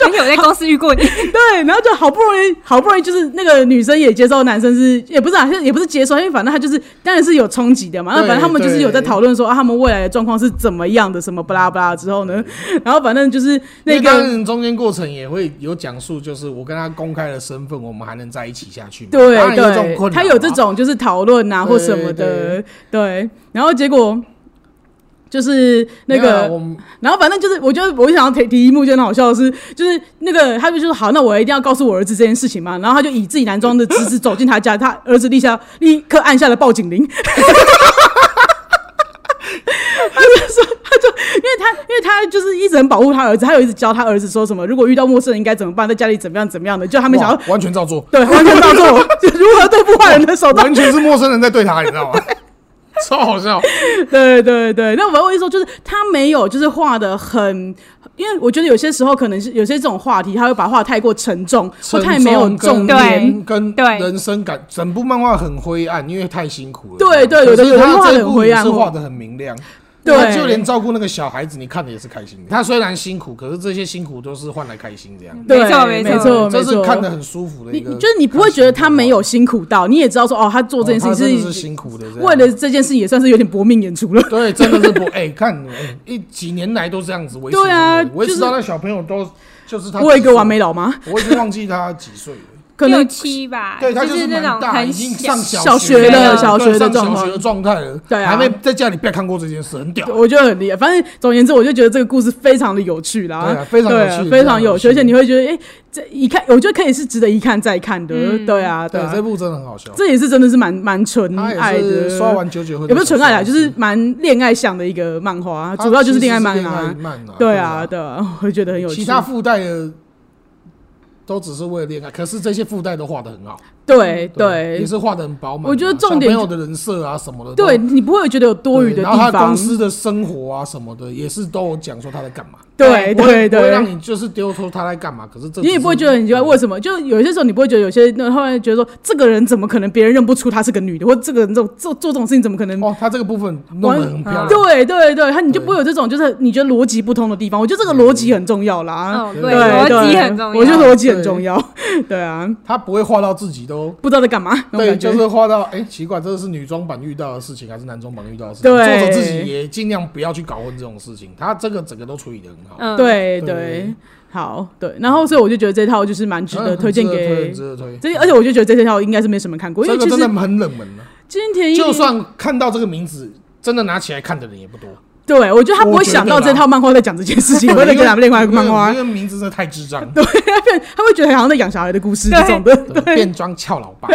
Speaker 2: 而且我在公司遇过你，
Speaker 1: 对，然后就好不容易，好不容易就是那个女生也接受男生是，也不是啊，也不是接受，因为反正他就是当然是有冲击的嘛。那
Speaker 3: 对
Speaker 1: 反正他们就是有在讨论说啊，他们未来的状况是怎么样的，什么不拉不拉之后呢，然后反正就是 那
Speaker 3: 因为当
Speaker 1: 个
Speaker 3: 然中间过程也会有讲述，就是我跟他公开了身份，我们还能在一起下去吗？
Speaker 1: 对
Speaker 3: 当然有这种
Speaker 1: 对，
Speaker 3: 困
Speaker 1: 他
Speaker 3: 扰啊
Speaker 1: 有这
Speaker 3: 嘛
Speaker 1: 种就是讨论啊或什么的，对，然后结果。就是那
Speaker 3: 没有啦
Speaker 1: 个，
Speaker 3: 我们
Speaker 1: 然后反正就是，我觉得我想要提提一幕就很好笑的是，就是那个他就说好，那我一定要告诉我儿子这件事情嘛。然后他就以自己男装的姿势走进他家，他儿子立下立刻按下了报警铃。他就说，他就因为他因为他就是一直很保护他儿子，他有一直教他儿子说什么，如果遇到陌生人应该怎么办，在家里怎么样怎么样的，就他们想要
Speaker 3: 哇完全照 做，
Speaker 1: 对完全当做 我就如何对付坏人的手段。
Speaker 3: 完全是陌生人在对他，你知道 吗？超好笑。
Speaker 1: 对对对，那我我意思说，就是他没有就是画的很，因为我觉得有些时候可能是有些这种话题，他会把话太过沉重，或太没有重
Speaker 3: 跟
Speaker 1: 点。
Speaker 3: 跟
Speaker 2: 对
Speaker 3: 人生感。整部漫画很灰暗，因为太辛苦了。
Speaker 1: 对对有的
Speaker 3: 可是
Speaker 1: 有的
Speaker 3: 他
Speaker 1: 画得
Speaker 3: 这
Speaker 1: 很
Speaker 3: 部
Speaker 1: 灰
Speaker 3: 也
Speaker 1: 暗
Speaker 3: 是
Speaker 1: 哦
Speaker 3: 画的很明亮。
Speaker 1: 对
Speaker 3: 他就连照顾那个小孩子，你看的也是开心的。他虽然辛苦，可是这些辛苦都是换来开心这样。
Speaker 1: 对，
Speaker 2: 没错
Speaker 1: 没
Speaker 2: 没错
Speaker 1: 错，
Speaker 3: 这
Speaker 1: 没
Speaker 3: 是
Speaker 1: 错。
Speaker 3: 看的很舒服的
Speaker 1: 你
Speaker 3: 一
Speaker 1: 你
Speaker 3: 个。
Speaker 1: 就是你不会觉得他没有辛苦到，你也知道说哦，他做这件事
Speaker 3: 哦他真
Speaker 1: 情
Speaker 3: 的是辛苦的这样，
Speaker 1: 为了这件事情也算是有点搏命演出了。
Speaker 3: 对，真的是不 哎、看哎一几年来都这样子维持这个，
Speaker 1: 对啊
Speaker 3: 维
Speaker 1: 就
Speaker 3: 持
Speaker 1: 是
Speaker 3: 到那小朋友都就是 他。
Speaker 1: 我有一个完美，老妈，
Speaker 3: 我已经忘记他几岁了。
Speaker 1: 可
Speaker 2: 六
Speaker 1: 能
Speaker 2: 七吧，
Speaker 3: 对他
Speaker 2: 就
Speaker 3: 就是
Speaker 2: 那
Speaker 3: 蛮
Speaker 2: 种
Speaker 3: 大，已
Speaker 2: 很
Speaker 3: 经上
Speaker 1: 小学
Speaker 2: 了
Speaker 3: 了，
Speaker 1: 小学的
Speaker 3: 对上
Speaker 1: 状
Speaker 3: 小
Speaker 1: 况
Speaker 3: 学的状态了，
Speaker 1: 对啊
Speaker 3: 还没在家里被看过这件事，很屌。
Speaker 1: 我觉得很厉害。反正总而言之，我就觉得这个故事非常的有趣啦，
Speaker 3: 对啊非常有趣
Speaker 1: 对啊
Speaker 3: 非
Speaker 1: 非
Speaker 3: 常
Speaker 1: 常
Speaker 3: 有
Speaker 1: 有
Speaker 3: 趣
Speaker 1: 趣，而且你会觉得，哎、这一看，我觉得可以是值得一看再看的。
Speaker 2: 嗯
Speaker 1: 对啊，对
Speaker 3: 对，
Speaker 1: 啊，
Speaker 3: 这部真的很好笑。
Speaker 1: 这也是真的是蛮蛮纯
Speaker 3: 他
Speaker 1: 爱
Speaker 3: 也
Speaker 1: 的，
Speaker 3: 是刷完九九会
Speaker 1: 也不是纯爱啦，
Speaker 3: 的手
Speaker 1: 就
Speaker 3: 上
Speaker 1: 是蛮恋爱向的一个漫画，啊主要就是
Speaker 3: 它其实
Speaker 1: 恋爱
Speaker 3: 是
Speaker 1: 漫
Speaker 3: 恋爱
Speaker 1: 啊。
Speaker 3: 漫啊，
Speaker 1: 对啊，，对啊， 我觉得很有趣。
Speaker 3: 其他附带的都只是为了恋爱，可是这些附带都画的很好，
Speaker 1: 对
Speaker 3: 也
Speaker 1: 对
Speaker 3: 是画的很饱满啊。
Speaker 1: 我觉得重点
Speaker 3: 小朋友的人设啊什么的都，
Speaker 1: 对，你不会觉得有多余的
Speaker 3: 对然
Speaker 1: 地
Speaker 3: 后他
Speaker 1: 方
Speaker 3: 公。司的生活啊什么的，也是都有讲说他在干嘛。
Speaker 1: 对
Speaker 3: 不
Speaker 1: 对
Speaker 3: 会不会
Speaker 1: 对，
Speaker 3: 让你就是丢出他在干嘛。可是这
Speaker 1: 你也不会觉得很奇
Speaker 3: 嗯
Speaker 1: 怪，为什么？就有些时候你不会觉得有些那后来觉得说，这个人怎么可能别人认不出她是个女的，或这个人这种做做这种事情怎么啊可能？
Speaker 3: 么？哦，他这个部分弄得很漂
Speaker 2: 嗯
Speaker 3: 亮。
Speaker 1: 对对对，他你就不会有这种就是你觉得逻辑不通的地方。我觉得这个逻辑很重要啦，
Speaker 2: 哦，
Speaker 3: 对
Speaker 2: 对，
Speaker 1: 对，
Speaker 2: 逻辑
Speaker 1: 对
Speaker 2: 很重要。
Speaker 1: 我觉得逻辑很重要。对啊，
Speaker 3: 他不会画到自己哦都
Speaker 1: 不知道在干嘛，那种
Speaker 3: 对，
Speaker 1: 感觉
Speaker 3: 就是画到哎、奇怪，这是女装版遇到的事情，还是男装版遇到的事情？
Speaker 1: 对
Speaker 3: 作者自己也尽量不要去搞混这种事情，他这个整个都处理的很好。
Speaker 2: 嗯，
Speaker 1: 对
Speaker 3: 对
Speaker 1: 对，好对。然后所以我就觉得这套就是蛮值
Speaker 3: 嗯
Speaker 1: 得
Speaker 3: 很
Speaker 1: 推荐
Speaker 3: 值得推
Speaker 1: 给
Speaker 3: 值得推。
Speaker 1: 这，而且我就觉得这套应该是没什么看过，因
Speaker 3: 这
Speaker 1: 为
Speaker 3: 个
Speaker 1: 其
Speaker 3: 真的
Speaker 1: 实
Speaker 3: 很冷门了、啊
Speaker 1: 金田一
Speaker 3: 就算看到这个名字，真的拿起来看的人也 不多。
Speaker 1: 对我觉得他不
Speaker 3: 我
Speaker 1: 会
Speaker 3: 觉
Speaker 1: 想
Speaker 3: 得
Speaker 1: 到
Speaker 3: 啦
Speaker 1: 这套漫画在讲这件事 情，会在
Speaker 3: 因为
Speaker 1: 讲另外一个漫画
Speaker 3: 因。为因为名字真的太智障，
Speaker 1: 对，他会他会觉得好像在养小孩的故事这种的，
Speaker 3: 对变装俏老爸。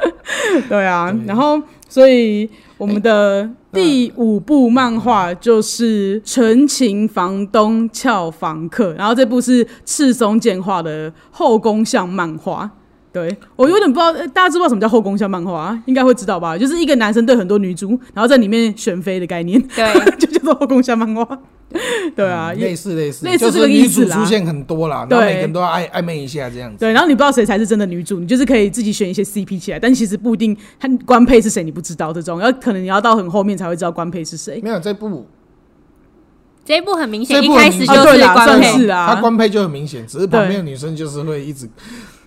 Speaker 1: 对啊
Speaker 3: 对。
Speaker 1: 然后，所以我们的第五部漫画就是《纯情房东俏房客》，然后这部是赤松健画的后宫向漫画。对我有点不知道，呃大家知不知道什么叫后宫向漫画、啊？应该会知道吧？就是一个男生对很多女主，然后在里面选妃的概念，
Speaker 2: 对，
Speaker 1: 就叫做后宫向漫画。对啊，也
Speaker 3: 嗯类似类似
Speaker 1: 类似
Speaker 3: 就是
Speaker 1: 这个意思
Speaker 3: 女主
Speaker 1: 啦
Speaker 3: 出现很多啦，然
Speaker 1: 对
Speaker 3: 后每个人都要暧暧昧一下这样子。
Speaker 1: 对，然后你不知道谁才是真的女主，你就是可以自己选一些 CP 起来，但其实不一定，她官配是谁你不知道这种，要可能你要到很后面才会知道官配是谁。
Speaker 2: 嗯
Speaker 3: 没有这部，
Speaker 2: 这一部很明
Speaker 3: 这
Speaker 2: 显
Speaker 3: 一
Speaker 2: 一
Speaker 3: 部很
Speaker 2: 开
Speaker 3: 明
Speaker 2: 始
Speaker 1: 显
Speaker 2: 就
Speaker 1: 啊对
Speaker 2: 是
Speaker 1: 啦
Speaker 2: 官
Speaker 1: 算
Speaker 2: 配，
Speaker 1: 是啊
Speaker 3: 他官配就很明显，只是旁边的女生就是会一直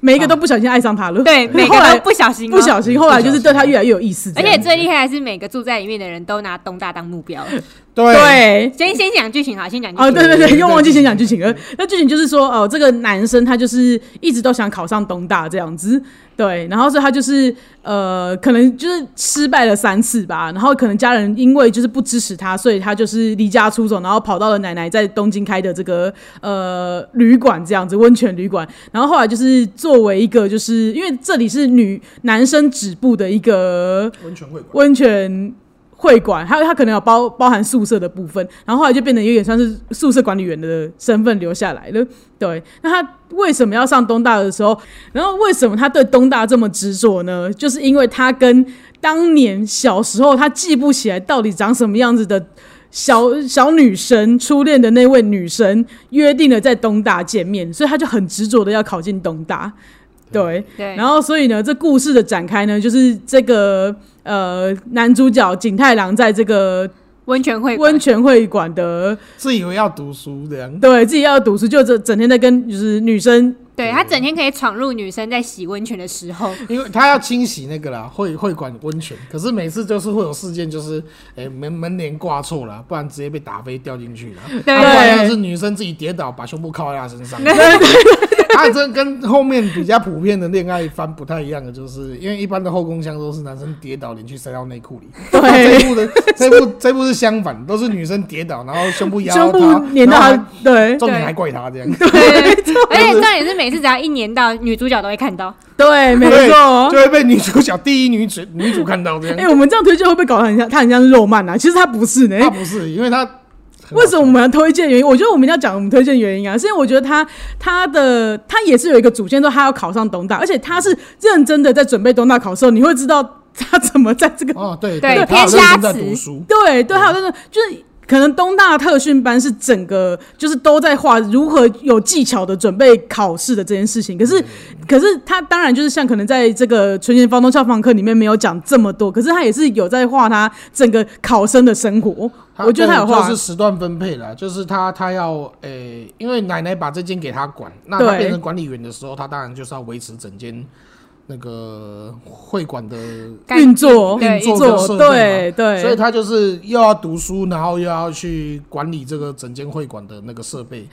Speaker 1: 每一个都不小心爱上她了，
Speaker 2: 对，每
Speaker 1: 后
Speaker 2: 个
Speaker 1: 来
Speaker 2: 都不小心哦，
Speaker 1: 不小心，后来就是对她越来越有意思这
Speaker 2: 而
Speaker 1: 样。
Speaker 2: 且最厉害的是，每个住在里面的人都拿东大当目 标。
Speaker 3: 对
Speaker 1: 对。
Speaker 2: 先先讲剧情好，先讲剧
Speaker 1: 哦，
Speaker 2: 情。
Speaker 1: 对对
Speaker 3: 对对
Speaker 1: 对，又忘记
Speaker 3: 对
Speaker 1: 先讲剧情了。那剧情就是说，哦，这个男生他就是一直都想考上东大这样子，对，然后所以他就是呃，可能就是失败了三次吧，然后可能家人因为就是不支持他，所以他就是离家出走，然后跑到了奶奶在东京开的这个呃旅馆这样子，温泉旅馆。然后后来就是作为一个，就是因为这里是女男生止步的一个
Speaker 3: 温泉会馆，
Speaker 1: 温泉会馆，还有他可能有包包含宿舍的部分，然后后来就变得有点像是宿舍管理员的身份留下来了。对，那他为什么要上东大的时候，然后为什么他对东大这么执着呢？就是因为他跟当年小时候他记不起来到底长什么样子的小小女神初恋的那位女神约定了在东大见面，所以他就很执着的要考进东大。对，
Speaker 2: 对，
Speaker 1: 然后所以呢，这故事的展开呢，就是这个呃男主角景太郎在这个
Speaker 2: 温泉会馆
Speaker 1: 温泉会馆的，
Speaker 3: 自以为要读书这样，
Speaker 1: 对自己要读书，就整整天在跟就是女生
Speaker 2: 对他整天可以闯入女生在洗温泉的 时候，
Speaker 3: 因为他要清洗那个啦，会会馆温泉，可是每次就是会有事件，就是哎、门门帘挂错了，不然直接被打飞掉进去了。
Speaker 2: 对
Speaker 3: 啊不然
Speaker 1: 对
Speaker 3: 就是女生自己跌倒，把胸部靠在她身上。他真跟后面比较普遍的恋爱番不太一样的，就是因为一般的后宫箱都是男生跌倒，连续塞到内裤里。
Speaker 1: 对
Speaker 3: 这一部的这一部这一部是相反，都是女生跌倒，然后胸部压
Speaker 1: 胸部
Speaker 3: 她，
Speaker 1: 粘到
Speaker 3: 然后
Speaker 1: 他，对
Speaker 3: 还重点
Speaker 2: 对
Speaker 3: 还怪她这样。
Speaker 2: 对，而且重点是每次只要一年到，女主角都会看到。
Speaker 1: 对，没
Speaker 3: 对
Speaker 1: 错哦
Speaker 3: 就。会被女主角第一女主女主看到这
Speaker 1: 哎、
Speaker 3: 样。
Speaker 1: 我们这样推荐会不会搞得很像他很像是肉漫啊？其实他不是呢、
Speaker 3: 她不是，因为她很好
Speaker 1: 为什么我们要推荐原因？我觉得我们要讲我们推荐原因啊，是因为我觉得他他的他也是有一个主线，说他要考上东大，而且他是认真的在准备东大考试的时候，你会知道他怎么在这个
Speaker 3: 哦，对
Speaker 2: 对
Speaker 3: 她
Speaker 2: 偏
Speaker 3: 好像
Speaker 2: 瞎
Speaker 3: 是在
Speaker 2: 子
Speaker 3: 读书。
Speaker 1: 对对，还有那
Speaker 3: 嗯
Speaker 1: 个就是。可能东大特训班是整个就是都在画如何有技巧的准备考试的这件事情，可是
Speaker 3: 嗯
Speaker 1: 可是他当然就是像可能在这个《纯情房东俏房客》里面没有讲这么多，可是他也是有在画他整个考生的生活，
Speaker 3: 她
Speaker 1: 我觉得他有
Speaker 3: 对
Speaker 1: 画
Speaker 3: 就是时段分配了，就是她她要诶、因为奶奶把这间给她管，那
Speaker 1: 对
Speaker 3: 她变成管理员的时候，她当然就是要维持整间那个会馆的
Speaker 2: 干
Speaker 1: 运作
Speaker 2: 对
Speaker 1: 运
Speaker 3: 运作
Speaker 1: 作，
Speaker 3: 跟设备
Speaker 1: 对
Speaker 3: 嘛
Speaker 1: 对，
Speaker 3: 所以她就是又要读书，然后又要去管理这个整间会馆的那个设备，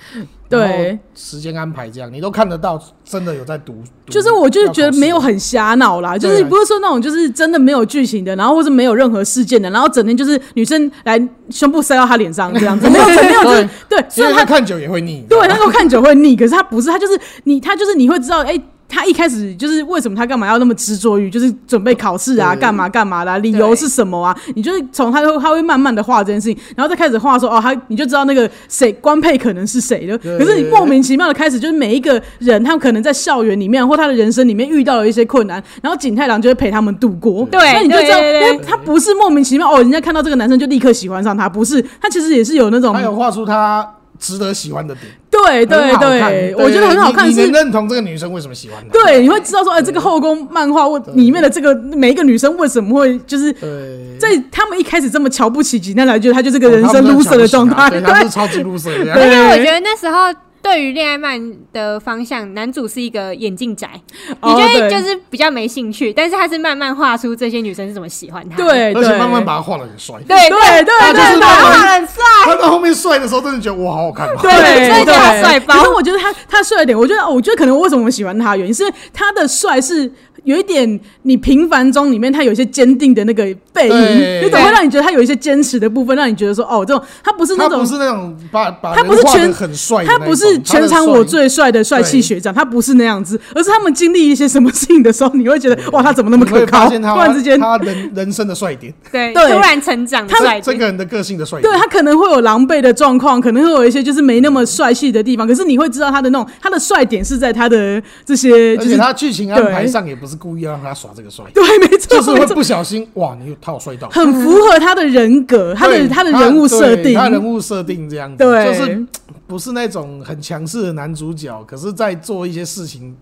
Speaker 1: 对，
Speaker 3: 时间安排这样，你都看得到，真的有在读。读
Speaker 1: 就是我就是觉得没有
Speaker 3: 要考试
Speaker 1: 很瞎脑啦，就是
Speaker 3: 对
Speaker 1: 不是说那种就是真的没有剧情的，然后或者没有任何事件的，然后整天就是女生来胸部塞到他脸上这样子，没有没有 就是对，
Speaker 3: 因
Speaker 1: 虽
Speaker 3: 为
Speaker 1: 然他
Speaker 3: 他看久也会腻。
Speaker 1: 对他给我看久会腻，可是他不是，他就是你，他就是你会知道，哎、他一开始就是为什么他干嘛要那么执着于就是准备考试啊，
Speaker 3: 对
Speaker 1: 干嘛干嘛啦、理由是什么啊？你就是从他会他会慢慢的画这件事情，然后再开始画说哦，他你就知道那个谁官配可能是谁了。
Speaker 3: 对
Speaker 1: 可是你莫名其妙的开始就是每一个人，他们可能在校园里面或他的人生里面遇到了一些困难，然后景太郎就会陪他们度过。
Speaker 2: 对
Speaker 1: 那你就知道，
Speaker 2: 对对对
Speaker 1: 因为他不是莫名其妙哦，人家看到这个男生就立刻喜欢上他，不是，他其实也是有那种
Speaker 3: 他有画出他值得喜欢的点，
Speaker 1: 对
Speaker 3: 很
Speaker 1: 对
Speaker 3: 好看
Speaker 1: 对，我觉得很好看
Speaker 3: 你你
Speaker 1: 是
Speaker 3: 能。认同这个女生为什么喜欢她？
Speaker 1: 对，你会知道说，哎、这个后宫漫画为里面的这个每一个女生为什么会就是
Speaker 3: 对，
Speaker 1: 在他们一开始这么瞧不起吉奈来，觉得她就是个人
Speaker 3: 哦
Speaker 1: 生
Speaker 3: 他们真
Speaker 1: loser
Speaker 3: 瞧
Speaker 1: 的
Speaker 3: 不起
Speaker 1: 状态，
Speaker 3: 她对，
Speaker 1: 对
Speaker 3: 他是超级 loser 这 样。
Speaker 1: 对
Speaker 2: 而且我觉得那时候对于恋爱漫的方向，男主是一个眼镜宅，你
Speaker 1: 哦
Speaker 2: 就会
Speaker 1: 对
Speaker 2: 就是比较没兴趣，但是他是慢慢画出这些女生是怎么喜欢他的。
Speaker 1: 对
Speaker 3: 而且
Speaker 1: 对，
Speaker 3: 慢慢把他画的很帅，
Speaker 2: 对
Speaker 1: 对对
Speaker 3: 他就是
Speaker 1: 对
Speaker 3: 慢慢
Speaker 1: 对。
Speaker 2: 画很帅，
Speaker 3: 他到后面帅的时候，真的觉得哇，好好看哦。
Speaker 1: 对，
Speaker 2: 真
Speaker 1: 对
Speaker 2: 的假的帅包
Speaker 1: 可是我觉得他他帅一点，我觉得我觉得可能为什么我喜欢他，原因是因为他的帅是有一点你平凡中里面他有一些坚定的那个背
Speaker 3: 对
Speaker 1: 影，那种会让你觉得他有一些坚持的部分，让你觉得说哦，这种他不是那
Speaker 3: 他
Speaker 1: 种
Speaker 3: 不是那种把把
Speaker 1: 他不是
Speaker 3: 人画得
Speaker 1: 全
Speaker 3: 很帅的
Speaker 1: 他
Speaker 3: 那一种，
Speaker 1: 不是全场我最帅的帅气学长，他不是那样子，而是他们经历一些什么事情的时候，你会觉得哇，他怎么那
Speaker 3: 那
Speaker 1: 么可靠？ 突
Speaker 3: 现他
Speaker 1: 然之间，
Speaker 3: 他人人生的帅点，
Speaker 2: 对，
Speaker 1: 对
Speaker 2: 突然成长的帅点
Speaker 3: 这这个人的个性的帅点
Speaker 1: 对。他可能会有狼狈的状况，可能会有一些就是没那么帅气的地方，可是你会知道他的那种他的帅点是在他的这些
Speaker 3: 而
Speaker 1: 就
Speaker 3: 且
Speaker 1: 是
Speaker 3: 他剧情安排上也不是故意要让他耍这个帅，
Speaker 1: 对，没错，
Speaker 3: 就是会
Speaker 1: 没错
Speaker 3: 不小心哇，你有他有帅到，
Speaker 1: 很符合他的人格，他的
Speaker 3: 对
Speaker 1: 的人物设
Speaker 3: 对
Speaker 1: 定，
Speaker 3: 他人物设定这样子，
Speaker 1: 对
Speaker 3: 就是不是那种很强势的男主角，可是在做一些事情，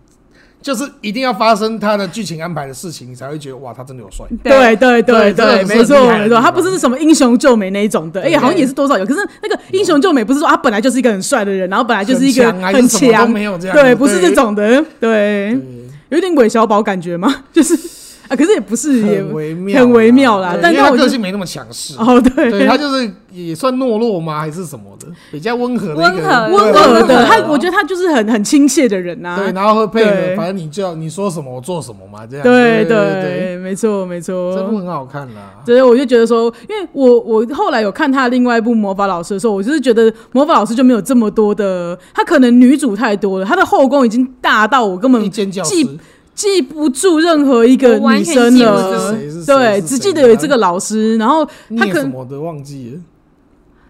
Speaker 3: 就是一定要发生他的剧情安排的事情，你才会觉得哇，他真的有帅。
Speaker 1: 对对对
Speaker 3: 对这
Speaker 1: 对，
Speaker 3: 种是
Speaker 1: 没错
Speaker 3: 很厉害的
Speaker 1: 没错，
Speaker 3: 地方
Speaker 1: 他不是什么英雄救美那一种的，哎、
Speaker 3: 对
Speaker 1: 好像也是多少有，可是那个英雄救美不是说他本来就是一个很帅的人，然后本来就是一个
Speaker 3: 很强啊
Speaker 1: 很
Speaker 3: 就是什么都
Speaker 1: 强，
Speaker 3: 没有这样
Speaker 1: 对，
Speaker 3: 对嗯
Speaker 1: 不是这种的，对，有点韦小宝感觉吗？ 就是啊，可是也不是，也
Speaker 3: 很微妙啊，
Speaker 1: 很微妙啦
Speaker 3: 对
Speaker 1: 但
Speaker 3: 因为
Speaker 1: 但
Speaker 3: 他
Speaker 1: 我
Speaker 3: 个
Speaker 1: 就
Speaker 3: 性没那么强势，
Speaker 1: 哦，对，
Speaker 3: 对他就是也算懦弱吗？还是什么的，比较温和的一个人，
Speaker 1: 温和
Speaker 2: 对
Speaker 1: 的，他我觉得他就是很很亲切的人呐、
Speaker 3: 对，
Speaker 1: 啊，
Speaker 3: 然后会配
Speaker 1: 对
Speaker 3: 合，反正你就你说什么我做什么嘛，这样
Speaker 1: 对
Speaker 3: 对对，
Speaker 1: 对，没错没错，
Speaker 3: 这部很好看啦。
Speaker 1: 所以我就觉得说，因为我我后来有看他的另外一部《魔法老师》的时候，我就是觉得魔法老师就没有这么多的，他可能女主太多了，他的后宫已经大到我根
Speaker 3: 一
Speaker 1: 本
Speaker 3: 间教
Speaker 1: 记
Speaker 3: 师，
Speaker 1: 记不住任何一个
Speaker 2: 我完
Speaker 1: 女
Speaker 2: 全
Speaker 1: 生
Speaker 2: 记不
Speaker 1: 了
Speaker 3: 住是谁是谁，
Speaker 1: 对，
Speaker 3: 是谁啊
Speaker 1: 只记得有这个老师，然后他
Speaker 3: 念
Speaker 1: 可
Speaker 3: 什
Speaker 1: 能
Speaker 3: 么的忘记了，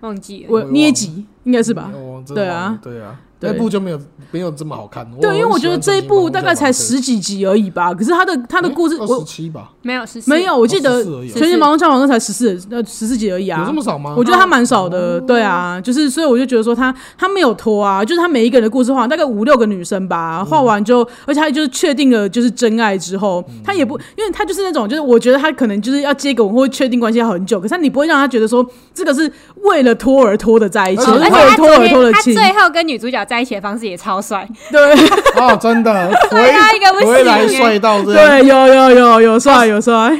Speaker 2: 忘记了。
Speaker 1: 我
Speaker 3: 我也忘了
Speaker 1: 捏脊应该是吧？
Speaker 3: 我哦，真的
Speaker 1: 对啊
Speaker 3: 忘了对啊，
Speaker 1: 对
Speaker 3: 那部就没有没有这么好看。
Speaker 1: 对，因为我觉得这一部大概才
Speaker 3: 十，
Speaker 1: 十几集而已吧，可是他的他的故事，
Speaker 3: 哦二十
Speaker 1: 我
Speaker 3: 七吧，
Speaker 2: 没有是
Speaker 1: 没有，我记得
Speaker 3: 14而已
Speaker 1: 《
Speaker 3: 啊
Speaker 1: 全新盲龙教皇》才十四呃十四集而已啊，
Speaker 3: 有这么哦少吗？
Speaker 1: 我觉得他蛮少的，对啊，就是所以我就觉得说他他没有拖啊，就是他每一个人的故事画大概五六个女生吧，画完就，而且他就是确定了就是真爱之后，
Speaker 3: 嗯
Speaker 1: 他也不，因为他就是那种就是我觉得他可能就是要接给我们或确定关系要很久，可是你不会让他觉得说这个是为了拖而拖的在一起，
Speaker 3: 而
Speaker 1: 为了
Speaker 2: 哦而且他
Speaker 1: 拖
Speaker 2: 昨
Speaker 1: 而拖
Speaker 2: 天
Speaker 1: 的
Speaker 2: 他
Speaker 1: 亲，
Speaker 2: 最后跟女主角在一起的方式也超帅，
Speaker 1: 对
Speaker 3: 哦，真 的回
Speaker 2: 帅到一个不行
Speaker 3: 回来
Speaker 2: 欸
Speaker 3: 帅到这样。
Speaker 1: 对，有有有有帅有帅，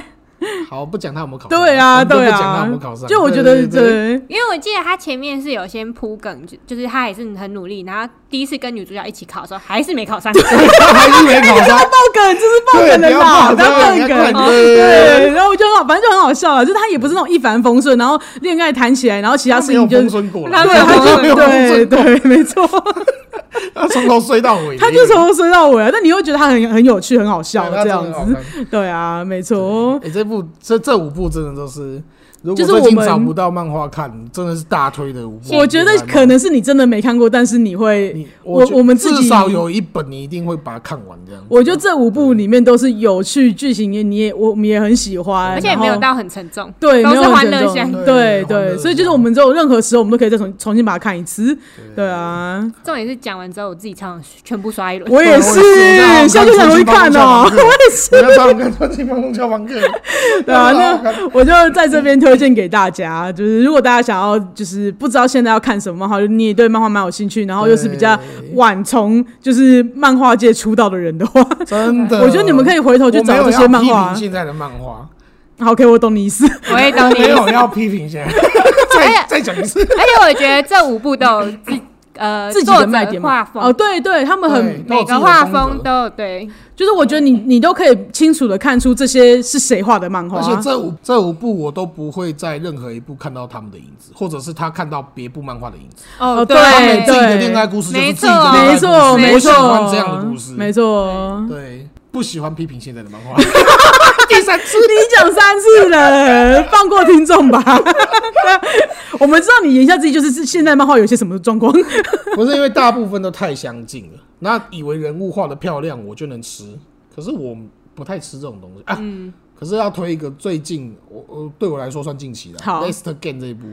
Speaker 3: 好，不讲他有没有考上，
Speaker 1: 对啊
Speaker 3: 我们就
Speaker 1: 对
Speaker 3: 不讲他有
Speaker 1: 啊
Speaker 3: 没有考上，，
Speaker 1: 就我觉
Speaker 3: 对
Speaker 1: 得
Speaker 3: 对对
Speaker 1: 对
Speaker 2: 因为我记得他前面是有先铺梗，就就是他也是很努力，然后第一次跟女主角一起考的时候还是没考 上，
Speaker 3: 还是没考
Speaker 1: 这
Speaker 3: 上
Speaker 1: 是，爆梗，这是爆
Speaker 3: 对，
Speaker 1: 梗
Speaker 3: 不
Speaker 1: 的
Speaker 3: 要
Speaker 1: 啦，
Speaker 3: 怕，
Speaker 1: 这是爆
Speaker 3: 对不要
Speaker 1: 梗
Speaker 3: 怕。对对，
Speaker 1: 对，然后我就很好，反正就很好笑了，啊就是他也不是那种一帆风顺，然后恋爱谈起来，然后其他
Speaker 3: 他
Speaker 1: 事
Speaker 3: 没有
Speaker 1: 情就
Speaker 3: 风
Speaker 1: 是。
Speaker 3: 顺过
Speaker 2: 他
Speaker 3: 来，
Speaker 2: 没有
Speaker 1: 对，他
Speaker 2: 风
Speaker 1: 就
Speaker 3: 没有风
Speaker 1: 对
Speaker 3: 顺过来，
Speaker 1: 对，没错，
Speaker 3: 他从头睡到尾的，
Speaker 1: 他就从睡到尾啊。但你又觉得他很很有趣，很好笑
Speaker 3: 对他
Speaker 1: 这
Speaker 3: 真的
Speaker 1: 样
Speaker 3: 很好
Speaker 1: 子。
Speaker 3: 看
Speaker 1: 对啊，没错。
Speaker 3: 哎、这部这这五部真的都是，如
Speaker 1: 就
Speaker 3: 果
Speaker 1: 是我
Speaker 3: 最近
Speaker 1: 们
Speaker 3: 找不到漫画看，真的是大推的五部。
Speaker 1: 我觉得可能是你真的没看过，但是你会
Speaker 3: 啊你，
Speaker 1: 我
Speaker 3: 觉
Speaker 1: 我们自己
Speaker 3: 至少有一本你一定会把它看完这样子。
Speaker 1: 我觉得这五部里面都是有趣剧情，也你也我们也很喜欢，
Speaker 2: 而且也没有
Speaker 1: 然后
Speaker 2: 到很沉重，
Speaker 1: 对，
Speaker 2: 都
Speaker 1: 没有
Speaker 2: 是
Speaker 1: 很
Speaker 2: 欢
Speaker 1: 沉
Speaker 2: 乐
Speaker 1: 重
Speaker 2: 向。
Speaker 1: 对
Speaker 3: 对
Speaker 1: 对，
Speaker 3: 欢乐
Speaker 1: 所以
Speaker 3: 向
Speaker 1: 就是我们只有任何时候，我们都可以再重重新把它看一次。对啊，
Speaker 2: 重点是讲完之后我自己唱全部刷一轮，
Speaker 1: 我也是， 现在就想回去看哦、我也是。
Speaker 3: 我要找我看《穿金帮龙消防客》，
Speaker 1: 对啊，
Speaker 3: 真的好好看
Speaker 1: 那我就在这边推荐给大家，就是如果大家想要就是不知道现在要看什么漫画，就你也对漫画蛮有兴趣，然后又是比较
Speaker 3: 对
Speaker 1: 晚从就是漫画界出道的人的话，
Speaker 3: 真的，
Speaker 1: 我觉得你们可以回头去
Speaker 3: 我没
Speaker 1: 找
Speaker 3: 有
Speaker 1: 这些
Speaker 3: 要
Speaker 1: 漫
Speaker 3: 批
Speaker 1: 画
Speaker 3: 评
Speaker 1: 啊。
Speaker 3: 现在的漫画，
Speaker 1: 好，OK，我懂你意思。
Speaker 2: 我也懂你
Speaker 3: 没。有要批 评现在，
Speaker 1: 哎
Speaker 3: 再再讲一次。
Speaker 2: 而且我觉得这五部都有 自呃
Speaker 1: 自己
Speaker 2: 作
Speaker 1: 的
Speaker 2: 者
Speaker 1: 卖点嘛
Speaker 2: 画，风
Speaker 1: 哦，对对，他们很
Speaker 3: 对
Speaker 2: 每个画风都有对，
Speaker 1: 就是我觉得你你都可以清楚的看出这些是谁画的漫画
Speaker 3: 而，且这五这五部我都不会在任何一部看到他们的影子，或者是他看到别部漫画的影子。
Speaker 1: 哦
Speaker 2: 哦
Speaker 1: 对
Speaker 3: 他们自己的
Speaker 1: 对
Speaker 3: 恋爱故事就是
Speaker 2: 没
Speaker 3: 自己的
Speaker 2: 错
Speaker 3: 恋爱
Speaker 1: 没
Speaker 3: 故事，
Speaker 1: 错没
Speaker 3: 我喜
Speaker 1: 错，
Speaker 3: 欢这样的故事，
Speaker 1: 没错。
Speaker 3: 对，不喜欢批评现在的漫 画。第三次，
Speaker 1: 你讲三次了，放过听众吧。 我们知道你言下之意就是现在漫画有些什么状况，
Speaker 3: 不是因为大部分都太相近了，那以为人物画的漂亮我就能吃，可是我不太吃这种东西啊。
Speaker 1: 嗯
Speaker 3: 可是要推一个最近，我我对我来说算近期的《
Speaker 1: 好
Speaker 3: Last Game》这一部，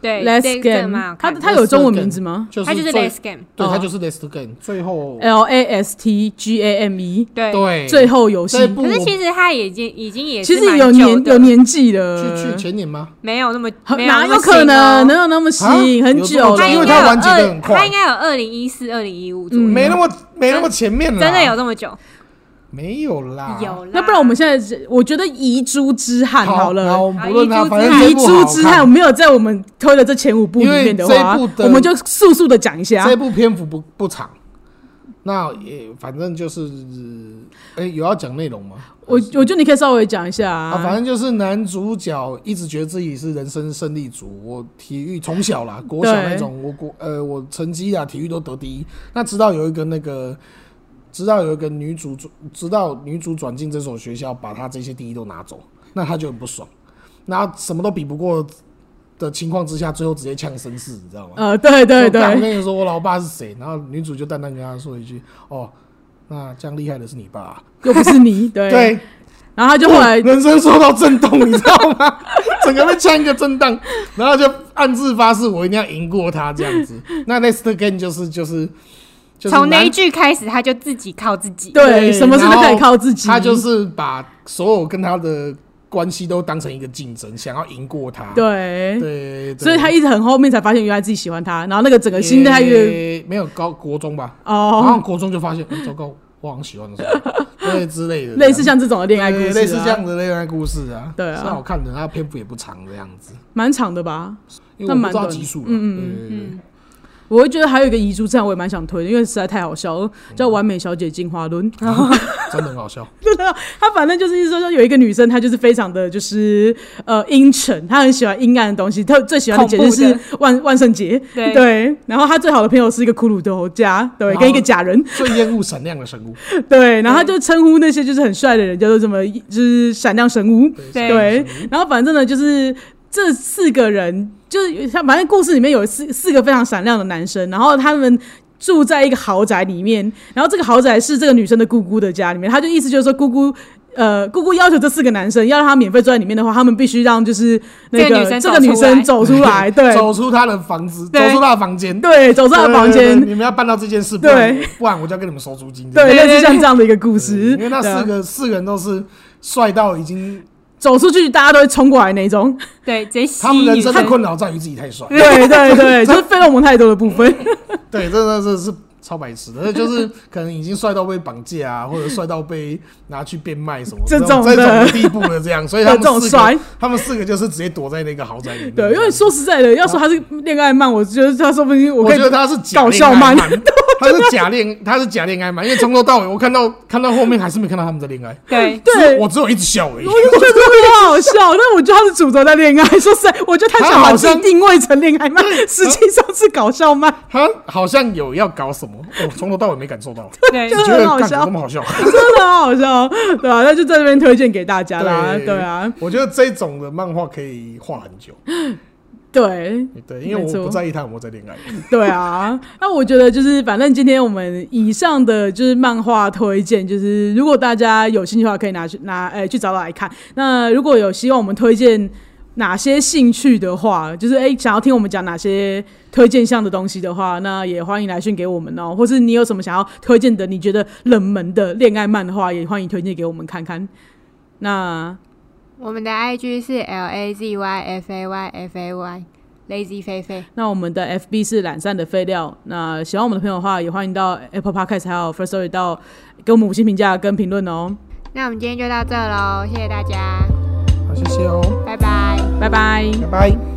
Speaker 2: 对
Speaker 1: Let's
Speaker 2: 这这
Speaker 1: Game
Speaker 2: 蛮好
Speaker 1: 它
Speaker 2: 看的。
Speaker 1: 它有中文名字吗
Speaker 3: 就
Speaker 2: 它就是
Speaker 3: 最
Speaker 2: Last Game，
Speaker 3: 对，
Speaker 1: 哦
Speaker 3: 它就是 Last Game，最后
Speaker 1: ？L A S T G A M E，
Speaker 2: 对。
Speaker 3: 对
Speaker 1: 最后游戏
Speaker 3: 这一。部
Speaker 2: 可是
Speaker 3: 我
Speaker 2: 其实它已经已经也
Speaker 1: 其
Speaker 2: 是
Speaker 1: 实
Speaker 2: 蛮
Speaker 1: 有
Speaker 2: 久
Speaker 1: 年
Speaker 2: 的
Speaker 1: 有年纪了，
Speaker 3: 去去前年吗？
Speaker 2: 没有那么
Speaker 1: 很
Speaker 2: 没
Speaker 1: 哪
Speaker 2: 那么
Speaker 1: 有可能
Speaker 2: 新哦
Speaker 1: 能有那么新？
Speaker 3: 啊
Speaker 1: 很久了，
Speaker 3: 有这么久
Speaker 2: 应
Speaker 3: 因为
Speaker 2: 该
Speaker 3: 它
Speaker 2: 有
Speaker 3: 完结得
Speaker 2: 二
Speaker 3: 很快嗯
Speaker 2: 它应该有二零一四、二零一五左
Speaker 1: 嗯
Speaker 2: 右，
Speaker 3: 没那啊么没那么前面了，
Speaker 2: 真的有这么久？
Speaker 3: 没有啦？
Speaker 2: 有啦。
Speaker 1: 那不然我们现在我觉得遗珠之憾好
Speaker 3: 好
Speaker 1: 了。
Speaker 3: 我们不论
Speaker 2: 好
Speaker 3: 它，
Speaker 2: 遗
Speaker 1: 遗
Speaker 2: 珠之憾
Speaker 3: 反正这一部
Speaker 1: 珠
Speaker 3: 好
Speaker 1: 之
Speaker 3: 看
Speaker 1: 憾没有在我们推的这前五部里
Speaker 3: 因为
Speaker 1: 面的
Speaker 3: 这一
Speaker 1: 话
Speaker 3: 部，的
Speaker 1: 我们就速速的讲一下
Speaker 3: 这。一部篇幅不不长，那也反正就是，哎、有要讲内容吗？
Speaker 1: 我我觉得你可以稍微讲一下
Speaker 3: 啊，反
Speaker 1: 啊。
Speaker 3: 正就是男主角一直觉得自己是人生胜利组，我体育从小啦，国小那种，我国呃我成绩啊体育都得第一。那直到有一个那个，直到有一个女主，直到女主转进这所学校，把她这些第一都拿走，那他就很不爽。那什么都比不过的情况之下，最后直接呛绅士，你知道吗？
Speaker 1: 呃，对对
Speaker 3: 说干我
Speaker 1: 对，
Speaker 3: 跟你说，我老爸是谁？然后女主就淡淡跟他说一句：“哦，那这样厉害的是你爸啊、
Speaker 1: 又不是 你，对
Speaker 3: 对，
Speaker 1: 然后他就后来
Speaker 3: 哦 人生受到震动，你知道吗？ 整个被呛一个震荡，然后就暗自发誓，我一定要赢过他这样子。那 next game 就是就是就是
Speaker 2: 从那
Speaker 3: 男
Speaker 2: 一句开始，他就自己靠自己。
Speaker 1: 对
Speaker 3: 对
Speaker 1: 什么事都可以靠自己，
Speaker 3: 他就是把所有跟他的关系都当成一个竞争，想要赢过他。
Speaker 1: 对，
Speaker 3: 对，对
Speaker 1: 所以他一直很后面才发现原来自己喜欢他，然后那个整个心态越
Speaker 3: 也没有高国中吧，然后
Speaker 1: 哦，
Speaker 3: 国中就发现，哎糟糕，我好像喜欢的是 他对之类的，
Speaker 1: 类似像这种的恋爱故
Speaker 3: 对
Speaker 1: 事啊，
Speaker 3: 类似这样的恋爱故事啊，
Speaker 1: 对啊
Speaker 3: 是好看的，它篇幅也不长这样子，
Speaker 1: 蛮长的吧？
Speaker 3: 因
Speaker 1: 那
Speaker 3: 为我不
Speaker 1: 蛮
Speaker 3: 知道
Speaker 1: 短的
Speaker 3: 集数了，
Speaker 1: 嗯嗯
Speaker 3: 对对对
Speaker 1: 我会觉得还有一个遗珠，这样我也蛮想推的，因为实在太好笑了，叫《完美小姐进化论》。
Speaker 3: 真的很好笑，
Speaker 1: 他反正就是意思说，有一个女生，她就是非常的就是呃阴沉，她很喜欢阴暗的东西，特最喜欢的节日
Speaker 2: 恐
Speaker 1: 是万万圣节，
Speaker 2: 对
Speaker 1: 然后她最好的朋友是一个骷髅头家，对，
Speaker 3: 然后
Speaker 1: 跟一个假人，
Speaker 3: 最厌恶闪亮的生物，
Speaker 1: 对，然后她就称呼那些就是很帅的人叫做什么，就是闪亮神屋，
Speaker 2: 对
Speaker 1: 对，然后反正呢就是。这四个人就是他，反正故事里面有四四个非常闪亮的男生，然后他们住在一个豪宅里面，然后这个豪宅是这个女生的姑姑的家里面，他就意思就是说姑姑。呃，姑姑要求这四个男生要让他免费坐在里面的话，他们必须让就是那
Speaker 2: 这个女
Speaker 1: 个
Speaker 2: 生
Speaker 1: 这个女生走出来， 对
Speaker 3: 走出他的房子，走
Speaker 1: 对
Speaker 3: 出他的房间，
Speaker 1: 对，走出他的房
Speaker 3: 对对对
Speaker 1: 间，
Speaker 3: 你们要办到这件事，不
Speaker 1: 对
Speaker 3: 然不然我就要跟你们收租金。
Speaker 1: 对，
Speaker 2: 对
Speaker 1: 类
Speaker 2: 对
Speaker 1: 似像
Speaker 2: 对
Speaker 1: 这样的一个故事
Speaker 3: 因。为那
Speaker 1: 对啊
Speaker 3: 四个四个人都是帅到已经，
Speaker 1: 走出去，大家都会冲过来那种。
Speaker 2: 对，直接吸
Speaker 3: 他们人
Speaker 2: 女
Speaker 3: 生
Speaker 2: 生
Speaker 3: 的困扰在于自己太帅。
Speaker 1: 对对 对，就是费洛蒙太多的部分。
Speaker 3: 对，这这这是超白痴的，就是可能已经帅到被绑架啊， 或者帅到被拿去变卖什么
Speaker 1: 这
Speaker 3: 种
Speaker 1: 种
Speaker 3: 这
Speaker 1: 的
Speaker 3: 种地步了，这样，所以他
Speaker 1: 对这
Speaker 3: 们
Speaker 1: 种
Speaker 3: 四
Speaker 1: 帅
Speaker 3: 个，他们四个就是直接躲在那个豪宅里面。
Speaker 1: 对，因为说实在的，要说他是恋爱漫，我觉得他说不定我
Speaker 3: 我
Speaker 1: 可
Speaker 3: 觉
Speaker 1: 以
Speaker 3: 得他是假
Speaker 1: 搞
Speaker 3: 恋
Speaker 1: 笑
Speaker 3: 爱
Speaker 1: 漫
Speaker 3: 漫，他是假恋，他是假恋爱漫，因为从头到尾我看到看到后面还是没看到他们在恋爱，
Speaker 2: 对，
Speaker 1: 对，
Speaker 3: 我只有一直笑而已。
Speaker 1: 我就觉得很好笑，但我觉得他是主轴在恋爱。 说实在，我觉得他想把自己定位成恋爱漫，实际上是搞笑漫，
Speaker 3: 他好像有要搞什么，我从头到尾没感受到，
Speaker 2: 对，
Speaker 1: 就
Speaker 3: 只
Speaker 1: 是
Speaker 3: 觉得
Speaker 1: 很好
Speaker 3: 干怎
Speaker 1: 笑
Speaker 3: 么那么好笑。
Speaker 1: 真的很好笑，对啊？那就在这边推荐给大家 啦，对啊，，
Speaker 3: 我觉得这种的漫画可以画很久，
Speaker 1: 对
Speaker 3: 对，因为
Speaker 1: 没错
Speaker 3: 我不在意他有没有在恋爱。
Speaker 1: 对啊。那我觉得就是，反正今天我们以上的就是漫画推荐，就是如果大家有兴趣的话，可以拿去拿哎、去找找来看。那如果有希望我们推荐。哪些兴趣的话，就是哎、想要听我们讲哪些推荐项的东西的话，那也欢迎来讯给我们哦。或是你有什么想要推荐的，你觉得冷门的恋爱漫的话，也欢迎推荐给我们看看。那
Speaker 2: 我们的 IG 是 L A Z Y F A Y F A Y Lazy 菲菲，
Speaker 1: 那我们的 FB 是懒散的废料。那喜欢我们的朋友的话，也欢迎到 Apple Podcast 还有 First Story 到给我们五星评价跟评论哦。
Speaker 2: 那我们今天就到这喽，谢谢大家，
Speaker 3: 好，谢谢哦，
Speaker 2: 拜拜。
Speaker 1: 拜拜。
Speaker 3: 拜拜。